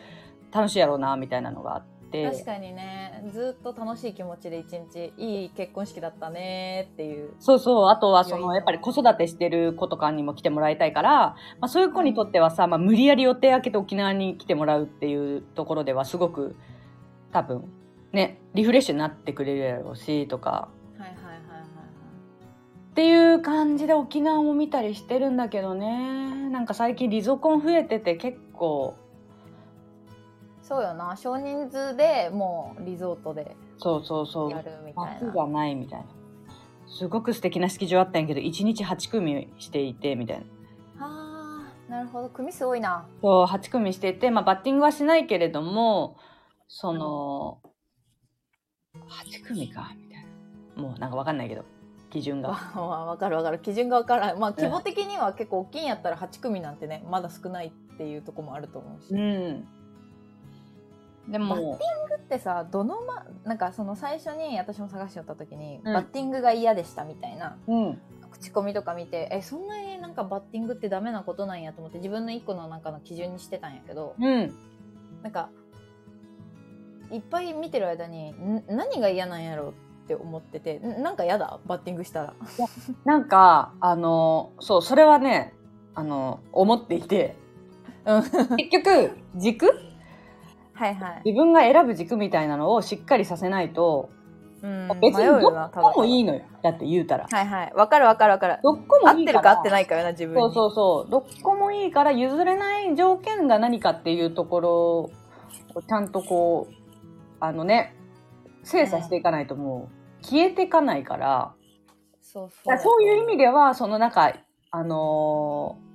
楽しいやろうなみたいなのがあって。確かにねずっと楽しい気持ちで一日いい結婚式だったねっていうそうそう。あとは、そいやいいの、なやっぱり子育てしてる子とかにも来てもらいたいから、まあそういう子にとってはさ、まあ無理やり予定開けて沖縄に来てもらうっていうところではすごく、多分、ね、リフレッシュになってくれるやろうし、とか。はいはいはいはいはいっていう感じで沖縄も見たりしてるんだけどね。なんか最近リゾコン増えてて結構、そうよな少人数でもうリゾートでそうそうそう。やるみたい夏ながないみたいな。すごく素敵な式場あったんやけど、1日8組していて、みたいな。あーなるほど組数多いなそう8組していて、まあ、バッティングはしないけれどもその8組かみたいなもうなんかわかんないけど基準がわわわかるわかる基準がわからんまあ規模的には結構大きいんやったら8組なんてねまだ少ないっていうとこもあると思うし、うんでバッもティングってさどのまなんかその最初に私も探しよった時に、うんバッティングが嫌でしたみたいなうん口コミとか見てえそんなになんかバッティングってダメなことなんやと思って自分の一個の中の基準にしてたんやけどうんなんかいっぱい見てる間にん何が嫌なんやろうって思っててんなんか嫌だバッティングしたらなんかあのそうそれはねあの思っていて [laughs] うん結局軸はいはい、自分が選ぶ軸みたいなのをしっかりさせないとうん、別に迷うどよなこもいいいのよだって言うたらはいはいわかるわかるわかるどこも合っいいてかるらか合ってないかよな自分にそうそうそうどこもいいから譲れない条件が何かっていうところをちゃんとこうあのね精査していかないともう消えていかないからそうだからそういう意味ではそのなんかあのー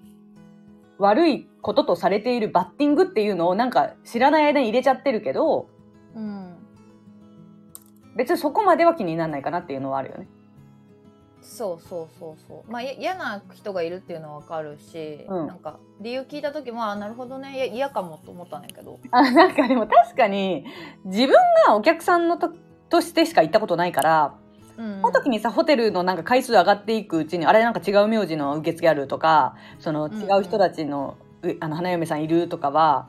悪いこととされているバッティングっていうのをなんか知らない間に入れちゃってるけどうん別にそこまでは気にならないかなっていうのはあるよね。そうそうそうそうまあや嫌な人がいるっていうのはわかるし、うんなんか理由聞いた時もあなるほどねいや嫌かもと思ったんだけど [laughs] あなんかでも確かに自分がお客さんのととしてしか行ったことないからうんその時にさホテルのなんか回数上がっていくうちにあれなんか違う名字の受付あるとかそのんうん違う人たちの,う、あの花嫁さんいるとかは、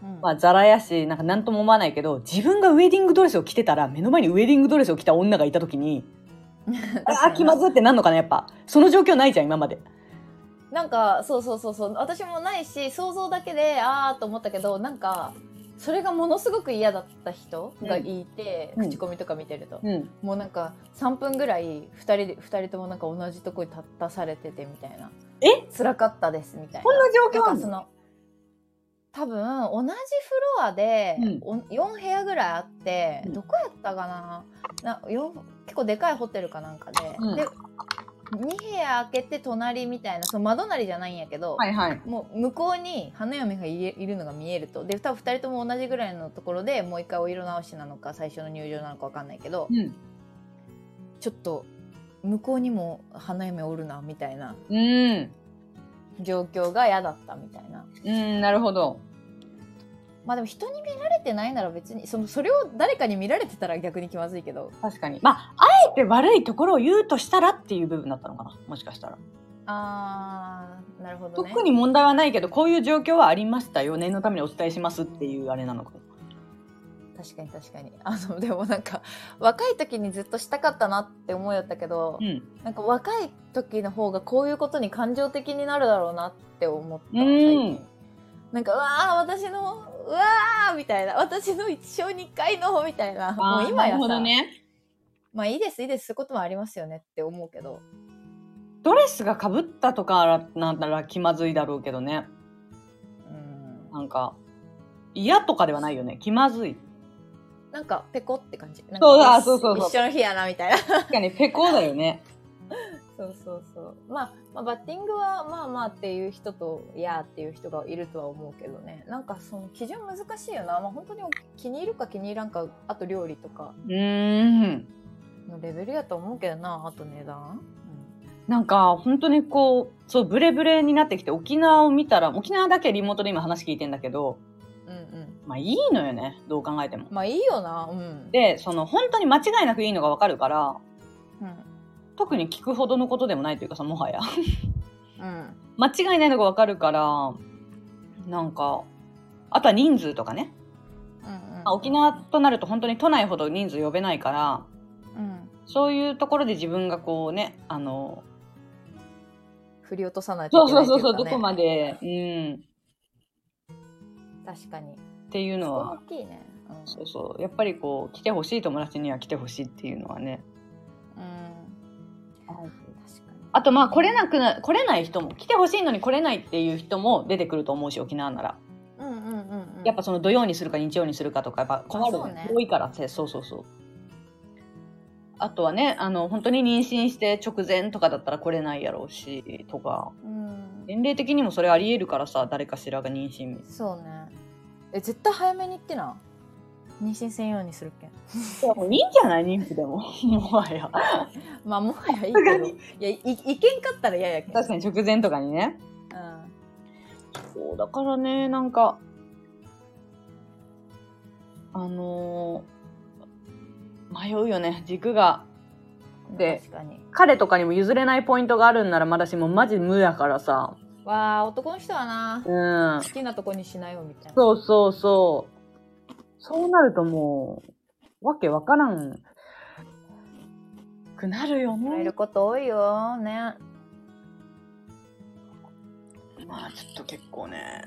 うんまあ、ザラやしなんか何とも思わないけど自分がウェディングドレスを着てたら目の前にウェディングドレスを着た女がいた時 [laughs] にああ気まずってなんのかなやっぱその状況ないじゃん今まで。なんかそうそうそうそう私もないし想像だけでああと思ったけどなんかそれがものすごく嫌だった人がいて、うん口コミとか見てると、うん、もうなんか3分ぐらい2人で二人ともなんか同じとこに立たされててみたいなえ辛かったですみたいなこんな状況なあんんかそのの多分同じフロアで、お4部屋ぐらいあって、うんどこやったかななよん結構でかいホテルかなんかで、うんで2部屋開けて隣みたいなその窓なりじゃないんやけど、はいはい。もう向こうに花嫁がいいるのが見えるとで多分2人とも同じぐらいのところでもう一回お色直しなのか最初の入場なのか分かんないけど、うんちょっと向こうにも花嫁おるなみたいなうん、状況が嫌だったみたいなうん、なるほど。まあでも人に見られてないなら別にそのそれを誰かに見られてたら逆に気まずいけど確かに。まあ、あえて悪いところを言うとしたらっていう部分だったのかな。もしかしたら。あーなるほどね特に問題はないけど、こういう状況はありましたよ。念のためにお伝えしますっていうあれなのかも。確かに確かにあのでもなんか若い時にずっとしたかったなって思いよったけど、うん。なんか若い時の方がこういうことに感情的になるだろうなって思ったうん最近なんかうわー私のうわーみたいな [laughs] 私の一生に一回のみたいなもう今なやるほさ、どね。まあいいですいいですそういうこともありますよねって思うけどドレスが被ったとかなんなら気まずいだろうけどね。うんなんか、嫌とかではないよね。気まずい。なんかペコって感じなんかそうだ一緒そうそうそう一緒の日やなみたいな確かに、ペコだよね。 [laughs] そうそうそう、まあ、まあバッティングはまあまあっていう人といやーっていう人がいるとは思うけどねなんかその基準難しいよな、まあ、本当に気に入るか気に入らんかあと料理とかうーん。のレベルやと思うけどなあと値段、なんか、本当にこう、そう、ブレブレになってきて、沖縄を見たら、沖縄だけリモートで今話聞いてんだけど、うん、うんうんまあいいのよね。どう考えても。まあいいよなうんで、その本当に間違いなくいいのがわかるから、うん特に聞くほどのことでもないというかさ、もはや。うん間違いないのがわかるから、なんか、あとは人数とかね。うんうまんあ沖縄となると本当に都内ほど人数呼べないから、うんそういうところで自分がこうね、あの、振り落とさないそとういけそそないうっていううそう、かどこまねで、うん、確かにっていうそれの大は、きいねうんそうそう、やっぱりこう、来てほしい友達には来てほしいっていうのはね。うん確かにあとまあ来れなくな、来れない人も、来てほしいのに来れないっていう人も出てくると思うし、沖縄なら。うんうんうんうんやっぱその土曜にするか日曜にするかとかやっぱ困るあそうね多いからってそうそうそうあとはねあの本当に妊娠して直前とかだったら来れないやろうしとかうん年齢的にもそれあり得るからさ、誰かしらが妊娠。そうねえ絶対早めに行ってな妊娠せんようにするけんいや、もういいんじゃない妊婦でも。 [laughs] もはや。まあもはやいいさすけがどにいやいいけんかったら嫌やけど確かに直前とかにね。うそう、だからね、なんか、あのー迷うよね、軸が。んで確かに彼とかにも譲れないポイントがあるんならまだしもうマジ無やからさ。わあ男の人はなうん好。きなとこにしなよみたいなそうそうそう。そうなるともう、わけわからん。くなるよ言われねる。こと多いよねまあちょっと結構ね、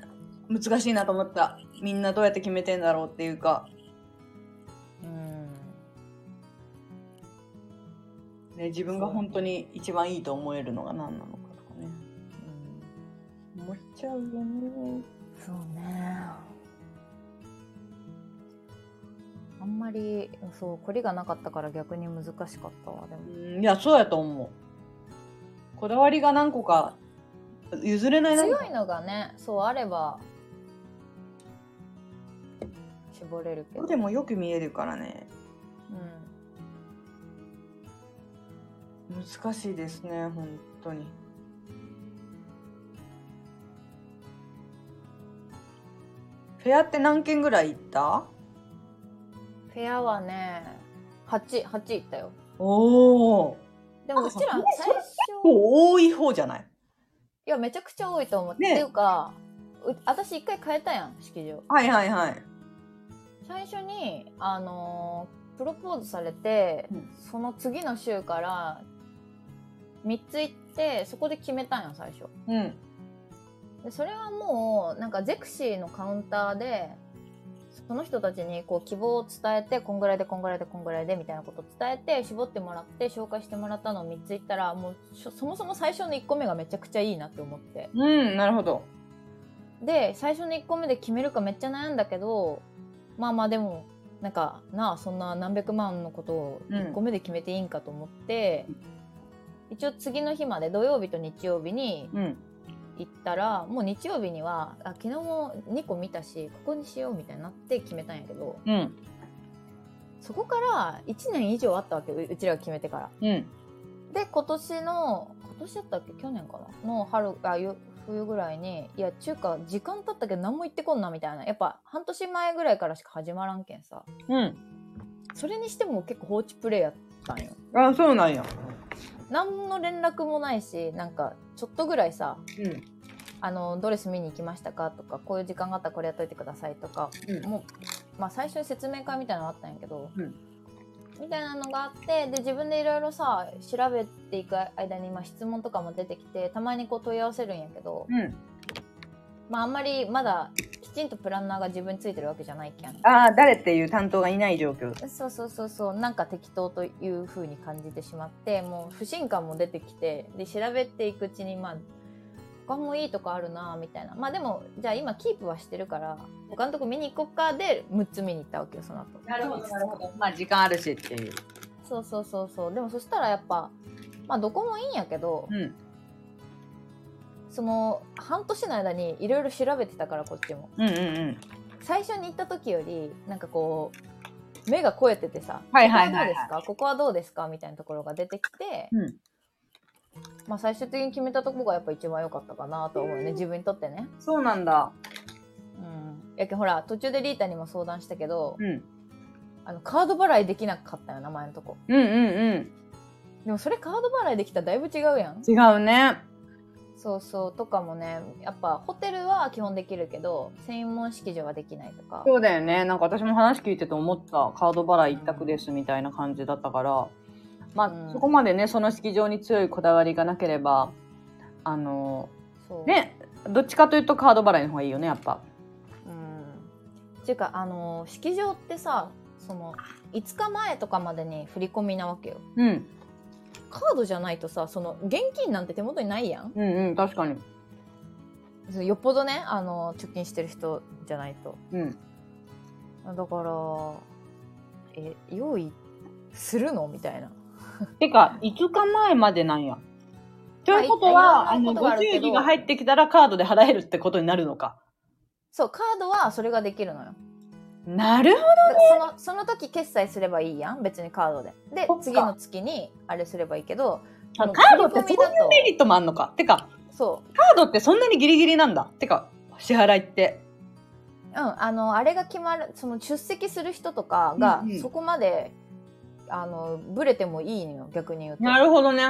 難しいなと思った。みんなどうやって決めてんだろうっていうか、うんね、自分が本当に一番いいと思えるのが何なのかとかね。思っちゃうよね。そうねあんまりそう凝りがなかったから逆に難しかったわでもうん、いや、そうやと思う。こだわりが何個か、譲れないな強いのがねそうあれば絞れるけどでもよく見えるからね。う難しいですね本当にフェアって何件ぐらい行ったん、フェアはね8八いったよおおでもあうちらそれ最初多い方じゃないいやめちゃくちゃ多いと思って、ねっていうかう私一回変えたやん式場はいはいはい最初にあのープロポーズされて、うんその次の週から3つ行ってそこで決めたんよ最初うんでそれはもうなんかゼクシーのカウンターでその人たちにこう希望を伝えてこんぐらいでこんぐらいでこんぐらいでみたいなことを伝えて絞ってもらって紹介してもらったのを3つ言ったらもうしょそもそも最初の1個目がめちゃくちゃいいなって思ってうんなるほどで最初の1個目で決めるかめっちゃ悩んだけどまあまあでもなんかなあそんな何百万のことを1個目で決めていいんかと思って、一応次の日まで土曜日と日曜日にうん行ったらもう日曜日にはあ昨日も2個見たしここにしようみたいになって決めたんやけどうんそこから1年以上あったわけううちらが決めてからうんで今年の今年だったっけ去年かなの春あゆ冬ぐらいにいや中華時間経ったけど何も言ってこんなみたいなやっぱ半年前ぐらいからしか始まらんけんさうんそれにしても結構放置プレイやったんよあそうなんや何の連絡もないしなんかちょっとぐらいさうんあのドレス見に行きましたかとかこういう時間があったらこれやっといてくださいとか、うんもう、まあ、最初に説明会みたいなのあったんやけど、うんみたいなのがあってで自分でいろいろさ調べていく間に、まあ、質問とかも出てきてたまにこう問い合わせるんやけど、うんまあ、あんまりまだきちんとプランナーが自分についてるわけじゃないけんああ誰っていう担当がいない状況そうそうそうそうなんか適当という風に感じてしまってもう不信感も出てきてで調べていくうちにまあ他もいいとこあるなみたいなまあでもじゃあ今キープはしてるから他のとこ見に行こっかで6つ見に行ったわけよその後ほどまあ時間あるしっていうそうそうそうそうでもそしたらやっぱまあどこもいいんやけどうんその半年の間にいろいろ調べてたからこっちもうんうんうん最初に行った時よりなんかこう目が肥えててさはいここははいはいどうですかここはどうですかみたいなところが出てきて、うんまあ、最終的に決めたとこがやっぱ一番良かったかなと思うね、自分にとってね。そうなんだうん、やけんほら途中でリータにも相談したけど、うんあのカード払いできなかったよな前のとこうんうんでもそれカード払いできたらだいぶ違うやんうん違うねそうそうとかもねやっぱホテルは基本できるけど専門式場はできないとかそうだよね。なんか私も話聞いてて思った。カード払い一択ですみたいな感じだったから。まあ、うんそこまでね、その式場に強いこだわりがなければ、あの、そうね、どっちかというとカード払いの方がいいよね、やっぱ。うんっていうかあの式場ってさその5日前とかまでに振り込みなわけようん。カードじゃないとさその現金なんて手元にないやんうんうん、確かに。そうよっぽどねあの貯金してる人じゃないとうん。だからえ用意するのみたいなてか、5日前までなんや。ということまは、ああいろの、んなことがあごる祝けど儀が入ってきたらカードで払えるってことになるのか。そう、カードはそれができるのよ。なるほど。だからその、その時決済すればいいやん。別にカードで。でそっ、か次の月にあれすればいいけど、あもうカードってそう振り込みだいうとメリットもあんのか。てか、そう。カードってそんなにギリギリなんだ。てか、支払いって。うん、あの、あれが決まる、その出席する人とかがうんうん、そこまで、あの、ぶれてもいいのよ、逆に言うと。なるほどね。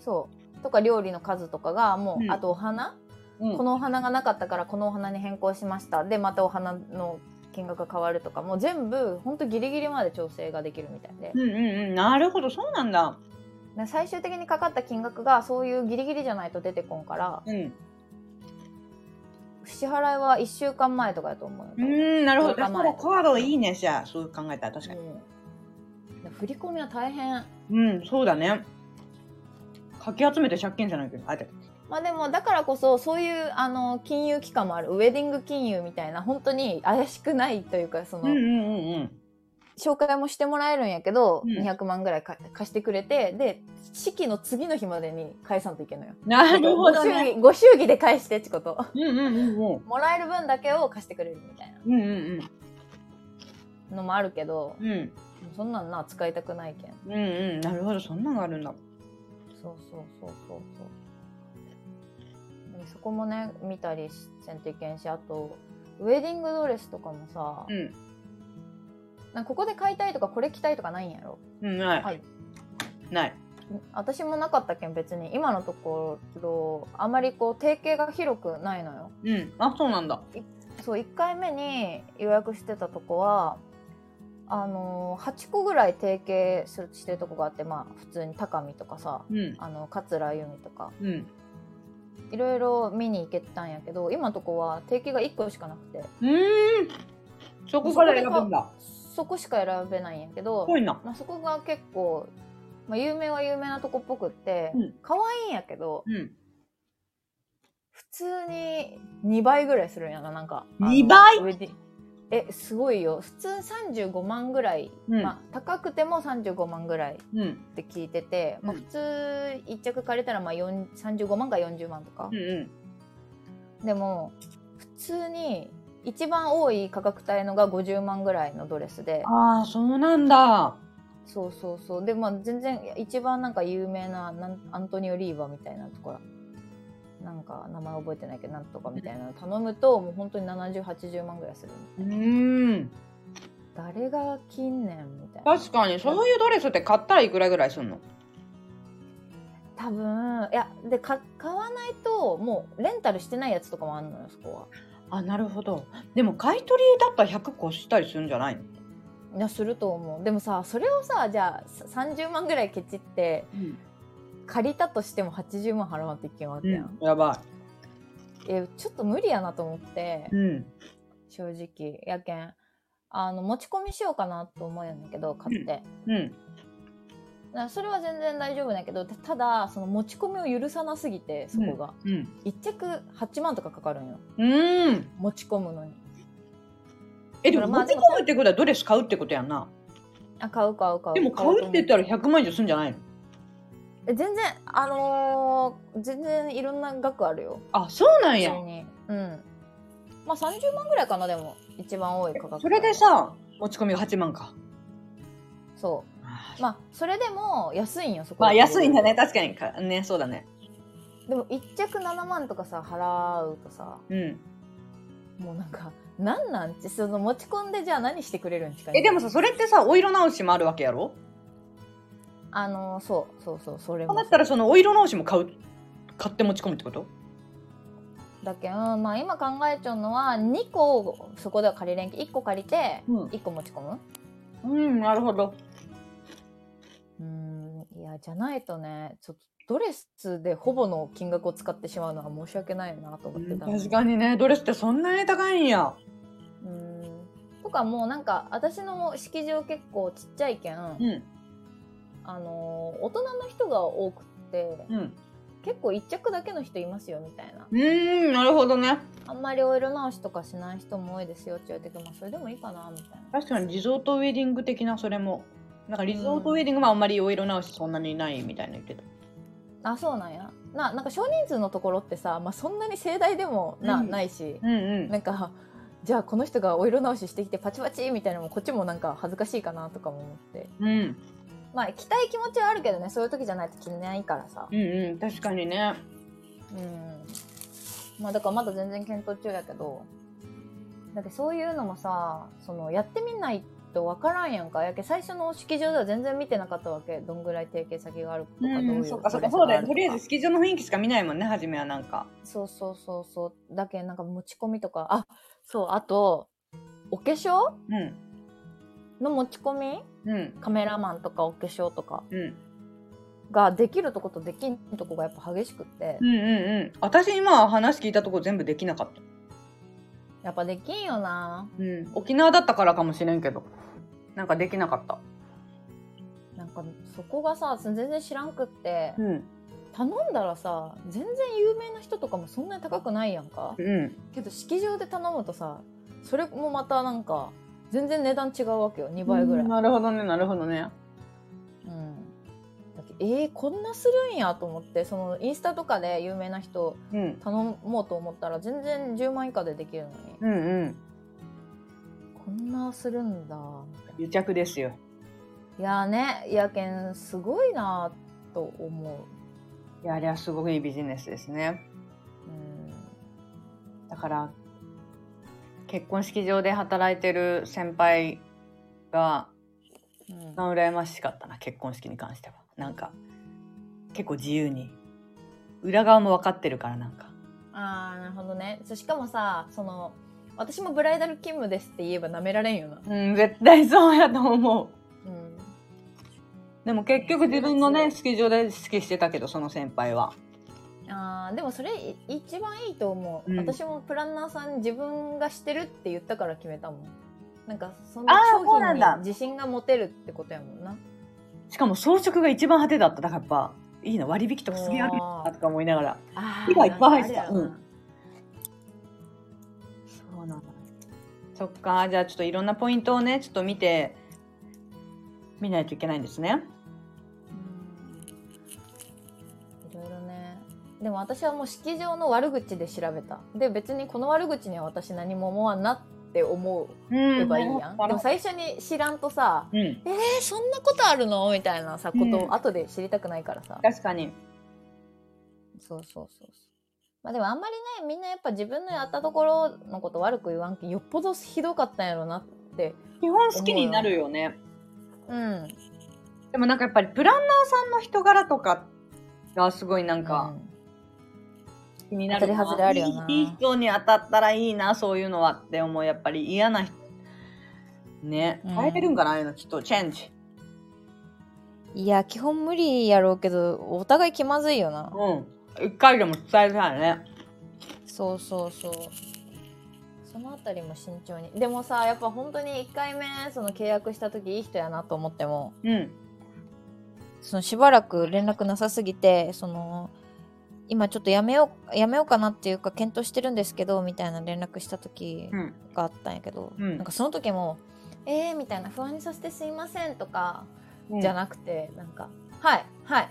そう。とか、料理の数とかが、もう、うんあとお花、うんこのお花がなかったから、このお花に変更しました。で、またお花の金額が変わるとか、もう全部、ほんとギリギリまで調整ができるみたいで。うんうんうん。なるほど。そうなんだ。で最終的にかかった金額が、そういうギリギリじゃないと出てこんから、うん。支払いは1週間前とかやと思うよ。うーん、なるほど。そうだかからカードいいね。じゃあ、そう考えたら確かに。うんで振り込みは大変。うん、そうだね。かき集めて借金じゃないけど、あれ。まあでもだからこそそういうあの金融機関もあるウェディング金融みたいな本当に怪しくないというかその、うんうんうんうん。紹介もしてもらえるんやけど、うん200万ぐらいか貸してくれてで式の次の日までに返さんといけんのよ。なるほどごね。祝儀ご祝儀で返してってこと。うんうんうんうん。もらえる分だけを貸してくれるみたいうんうんなのもあるけどうん。うん。そんなんな使いたくないけん。うんうん。なるほど。そんなのがあるんだ。そうそうそうそうそう。でそこもね見たりせんといけんしあとウェディングドレスとかもさ、うん。なんかここで買いたいとかこれ着たいとかないんやろうん、ない。はいない。私もなかったけん別に今のところあまりこう定型が広くないのようん。あ、そうなんだ。そう1回目に予約してたとこはあのー8個ぐらい提携するしてるとこがあってまあ普通に高見とかさうん。あの桂由美とかうん。いろいろ見に行けたんやけど今のとこは提携が1個しかなくてうーん。そこから選ぶんだ。そこしか選べないんやけどす、ごいな。まあ、そこが結構、まあ、有名は有名なとこっぽくって、うん可愛いんやけどうん。普通に2倍ぐらいするんやななんかあの2倍ウェディえすごいよ普通35万ぐらい、うんまあ、高くても35万ぐらいっうん。て聞いてて、まあ、うん普通1着借りたらまあ4 35万か40万とかうん、うん。でも普通に一番多い価格帯のが50万ぐらいのドレスでああ、そうなんだ。そうそうそうでまあ全然一番なんか有名ななんアントニオ・リーバみたいなところなんか名前覚えてないけどなんとかみたいなの頼むともう本当に7080万ぐらいするうーん。誰が近年みたいな確かに、そういうドレスって買ったらいくらぐらいすんの多分いやでか買わないともうレンタルしてないやつとかもあるのよそこはあ、なるほど。でも、買い取りだったら100個したりするんじゃないのいやすると思うでもさそれをさじゃあさ30万ぐらいケチってうん。借りたとしても80万払わんといけんわけやん、やばえちょっと無理やなと思ってい。うん。正直やけんあの持ち込みしようかなと思うんやけど買って、だかうん。らそれは全然大丈夫なんやけどたただその持ち込みを許さなすぎてそこが、うん。 1着8万とかかかるんようーん。持ち込むのにえ、でも、ま持あちでも込むってことはドレス買うってことやんな。あ買う買う買うでも、買うって言ったら100万以上するんじゃないのえ全然あのー全然いろんな額あるよあ、そうなん普や。通にうんまあ30万ぐらいかなでも一番多い価格それでさ、持ち込みが8万か。そあうまあそれでも安いんよそこまあ、安いんだね。確かに。かね、そうだね。でも1着7万とかさ払うとさうん。もうなんかなんなんってその持ち込んでじゃあ何してくれるんですかねえでもさそれってさお色直しもあるわけやろあのそうそうそうそれそうもなったらそのお色直しも買う買って持ち込むってことだけど、うんまあ、今考えちゃうのは2個をそこでは借りれんけ1個借りてうん1個持ち込むうんなるほどうんいやじゃないとねちょっとドレスでほぼの金額を使ってしまうのは申し訳ないなと思ってたの確かにねドレスってそんなに高いんやうんとかもうなんか私の式場結構ちっちゃいけん、うんあの大人の人が多くってうん結構1着だけの人いますよみたいなうーんなるほどねあんまりお色直しとかしない人も多いですよって言われてまあそれでもいいかなみたいな。確かにリゾートウェディング的なそれもなんかリゾートウェディングはあんまりお色直しそんなにないみたいな言ってたあそうなんやななんか少人数のところってさ、まあ、そんなに盛大でもな,、うんないしうんうん。なんかじゃあこの人がお色直ししてきてパチパチみたいなのもこっちもなんか恥ずかしいかなとかも思ってうん。まあ着たい気持ちはあるけどねそういう時じゃないと着れないからさうんうん。確かにね。うんまあだからまだ全然検討中やけどだってそういうのもさそのやってみないと分からんやんかやけ最初の式場では全然見てなかったわけどんぐらい提携先があるとかどういう、そっかそっか。そうだよ。とりあえず、スキー場の雰囲気しか見ないもんね、初めはなんか。そうそうそうそうだけどなんか持ち込みとかあそうあとお化粧うん。の持ち込みうん。カメラマンとかお化粧とかうん。ができるとことできんとこがやっぱ激しくってう、んうんうん。私今話聞いたとこ全部できなかった。やっぱできんよなうん。沖縄だったからかもしれんけど。なんかできなかった。なんかそこがさ全然知らんくって、うん。頼んだらさ全然有名な人とかもそんなに高くないやんかうん。けど式場で頼むとさそれもまたなんか全然値段違うわけよ2倍ぐらうんい、うんなるほどね、なるほどね。だけどえー、こんなするんやと思ってそのインスタとかで有名な人うん。頼もうと思ったら全然10万以下でできるのに、うんうん。こんなするんだ癒着ですよ。いやーねいやけんすごいなーと思いや、あれはすごくいいビジネスですね。ううんだから結婚式場で働いてる先輩がうん羨ましかったな結婚式に関してはなんか結構自由に裏側も分かってるからなんかあーなるほどねそうしかもさその私もブライダル勤務ですって言えばなめられんよな、うん絶対そうやと思ううん、でも結局自分のそうねで式場で式してたけどその先輩はあーでもそれい一番いいと思う、うん私もプランナーさんに自分がしてるって言ったから決めたもんなんかそのあー商そうな品んにだ自信が持てるってことやもんなしかも装飾が一番派手だっただからやっぱいいな割引とかすげえあるおーなとか思いながらあ火がいっぱい入ってたなんかあれうやんそうなんだそっかじゃあちょっといろんなポイントをねちょっと見て見ないといけないんですねうんいろいろねでも私はもう式場の悪口で調べたで別にこの悪口には私何も思わんなって思うえばいいやなん、でるもほ最初に知らんとさどうん、えー、そんなことあるのみたいなさことうをん後で知りたくないからさ、確かに。そうそうそうそうまあでもあんまりねみんなやっぱ自分のやったところのこと悪く言わんけよっぽどひどかったんやろなって基本好きになるよね。うんでもなんかやっぱりプランナーさんの人柄とかがすごいなんか気になるな。当たり外れあるよないいいい人に当たったらいいな、そういうのはって思う。やっぱり嫌な人。ね。うん変えてるんかな、ああいうの。ちょっとチェンジ。うんいや基本無理やろうけどお互い気まずいよなうん。一回でも伝えたいね。そうそうそうそのあたりも慎重にでもさやっぱ本当に1回目その契約した時いい人やなと思ってもうん。そのしばらく連絡なさすぎてその今ちょっとやめようやめようかなっていうか検討してるんですけどみたいな連絡した時うん。があったんやけど、うんなんかその時も「えー」みたいな「不安にさせてすいません」とかじゃなくて、なんか「はいはい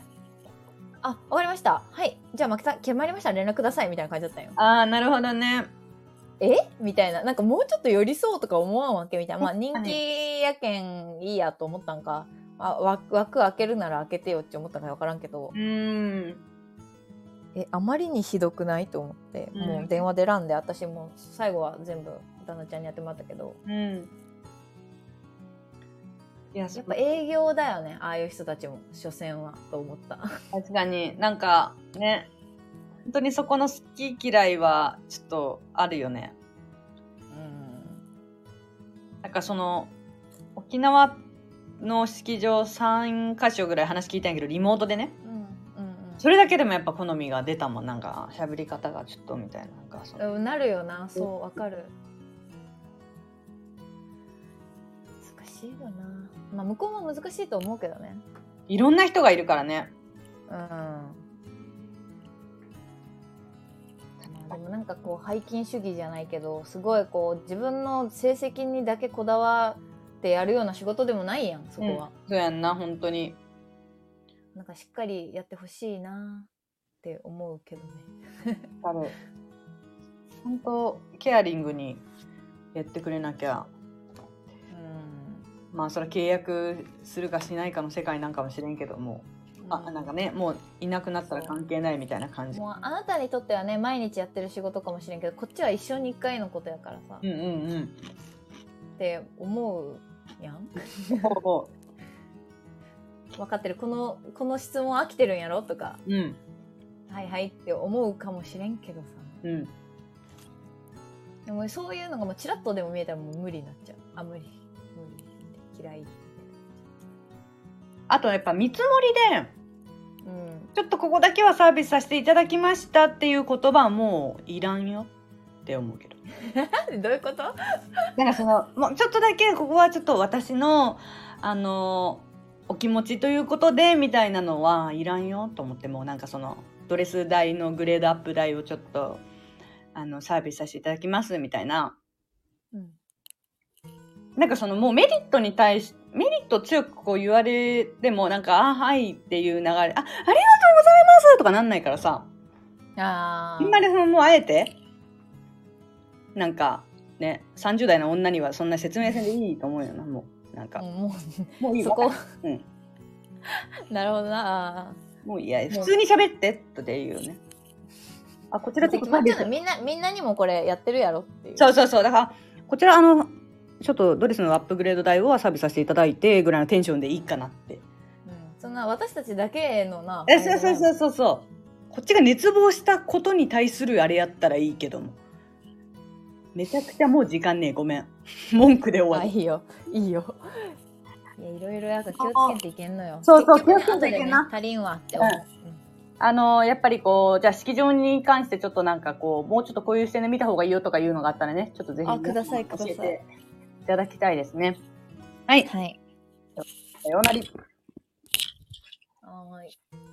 あわかりましたはいじゃあ負けた決まりました連絡ください」みたいな感じだったんよ。ああ、なるほどね。えみたいななんかもうちょっと寄り添うとか思わんわけみたいなまあ人かに気やけんいいやと思ったんか。あ枠枠開けるなら開けてよって思ったか分からんけど、うーん。えあまりにひどくないと思って、うんもう電話出らんで私も最後は全部旦那ちゃんにやってもらったけどうん。いや、やっぱ営業だよねああいう人たちも所詮はと思った確かになんかね本当にそこの好き嫌いはちょっとあるよねうんなんかその沖縄の式場3か所ぐらい話聞いたんやけどリモートでねうんそれだけでもやっぱ好みが出たもんなんか喋り方がちょっとみたいななんかそのうんなるよなそうわかる難しいよなまあ向こうも難しいと思うけどねいろんな人がいるからねうんでもなんかこう背筋主義じゃないけどすごいこう自分の成績にだけこだわってやるような仕事でもないやんそこは、そうやんな本当になんかしっかりやってほしいなって思うけどね。ある。本当ケアリングにやってくれなきゃ、まあそれは契約するかしないかの世界なんかもしれんけども、うん。まあなんかね、もういなくなったら関係ないみたいな感じ。もうあなたにとってはね毎日やってる仕事かもしれんけどこっちは一生に一回のことやからさ、うんうんうん。って思うやんそ分かってるこのこの質問飽きてるんやろとかう。うん。はいはいって思うかもしれんけどさうん。でもそういうのがもうチラッとでも見えたらもう無理になっちゃうあ無理無理嫌いあとやっぱ見積もりで、うんちょっとここだけはサービスさせていただきましたっていう言葉はもういらんよって思うけど。なんでどういうことなんかその、もうちょっとだけここはちょっと私の、あの、お気持ちということでみたいなのはいらんよと思ってもうなんかそのドレス代のグレードアップ代をちょっとあのサービスさせていただきますみたいなうんなんかそのもうメリットに対し、メリット強くこう言われても、なんか、あ、はいっていう流れ、あ、ありがとうございますとかなんないからさ、ああんまりそのもうあえて、なんかね、30代の女にはそんな説明せんでいいと思うよな、もう。なんか、ももうういいそこ、うんなるほどなあーもういや、もう普通に喋ってっていうね。あ、こちらちょっとサービちょっスとみんなみんなにもこれやってるやろっていうそうそうそう、だから、こちらあの、ちょっとドレスのアップグレード代をサービスさせていただいてぐらいのテンションでいいかなって。うんそんな私たちだけのなえそうそううそうそうそうこっちが熱望したことに対するあれやったらいいけどもめちゃくちゃもう時間ねえごめん [laughs] 文句であ終わいるいよいいよいやいろいろやっぱ気をつけていけんのよそうそう結局ね気をつけていけんな後でね足りんわって思う、あのやっぱりこうじゃあ式場に関してちょっとなんかこうもうちょっとこういう視点で見た方がいいよとかいうのがあったらねちょっとぜひあください皆ください教えていただきたいですねうんはいさようならはーい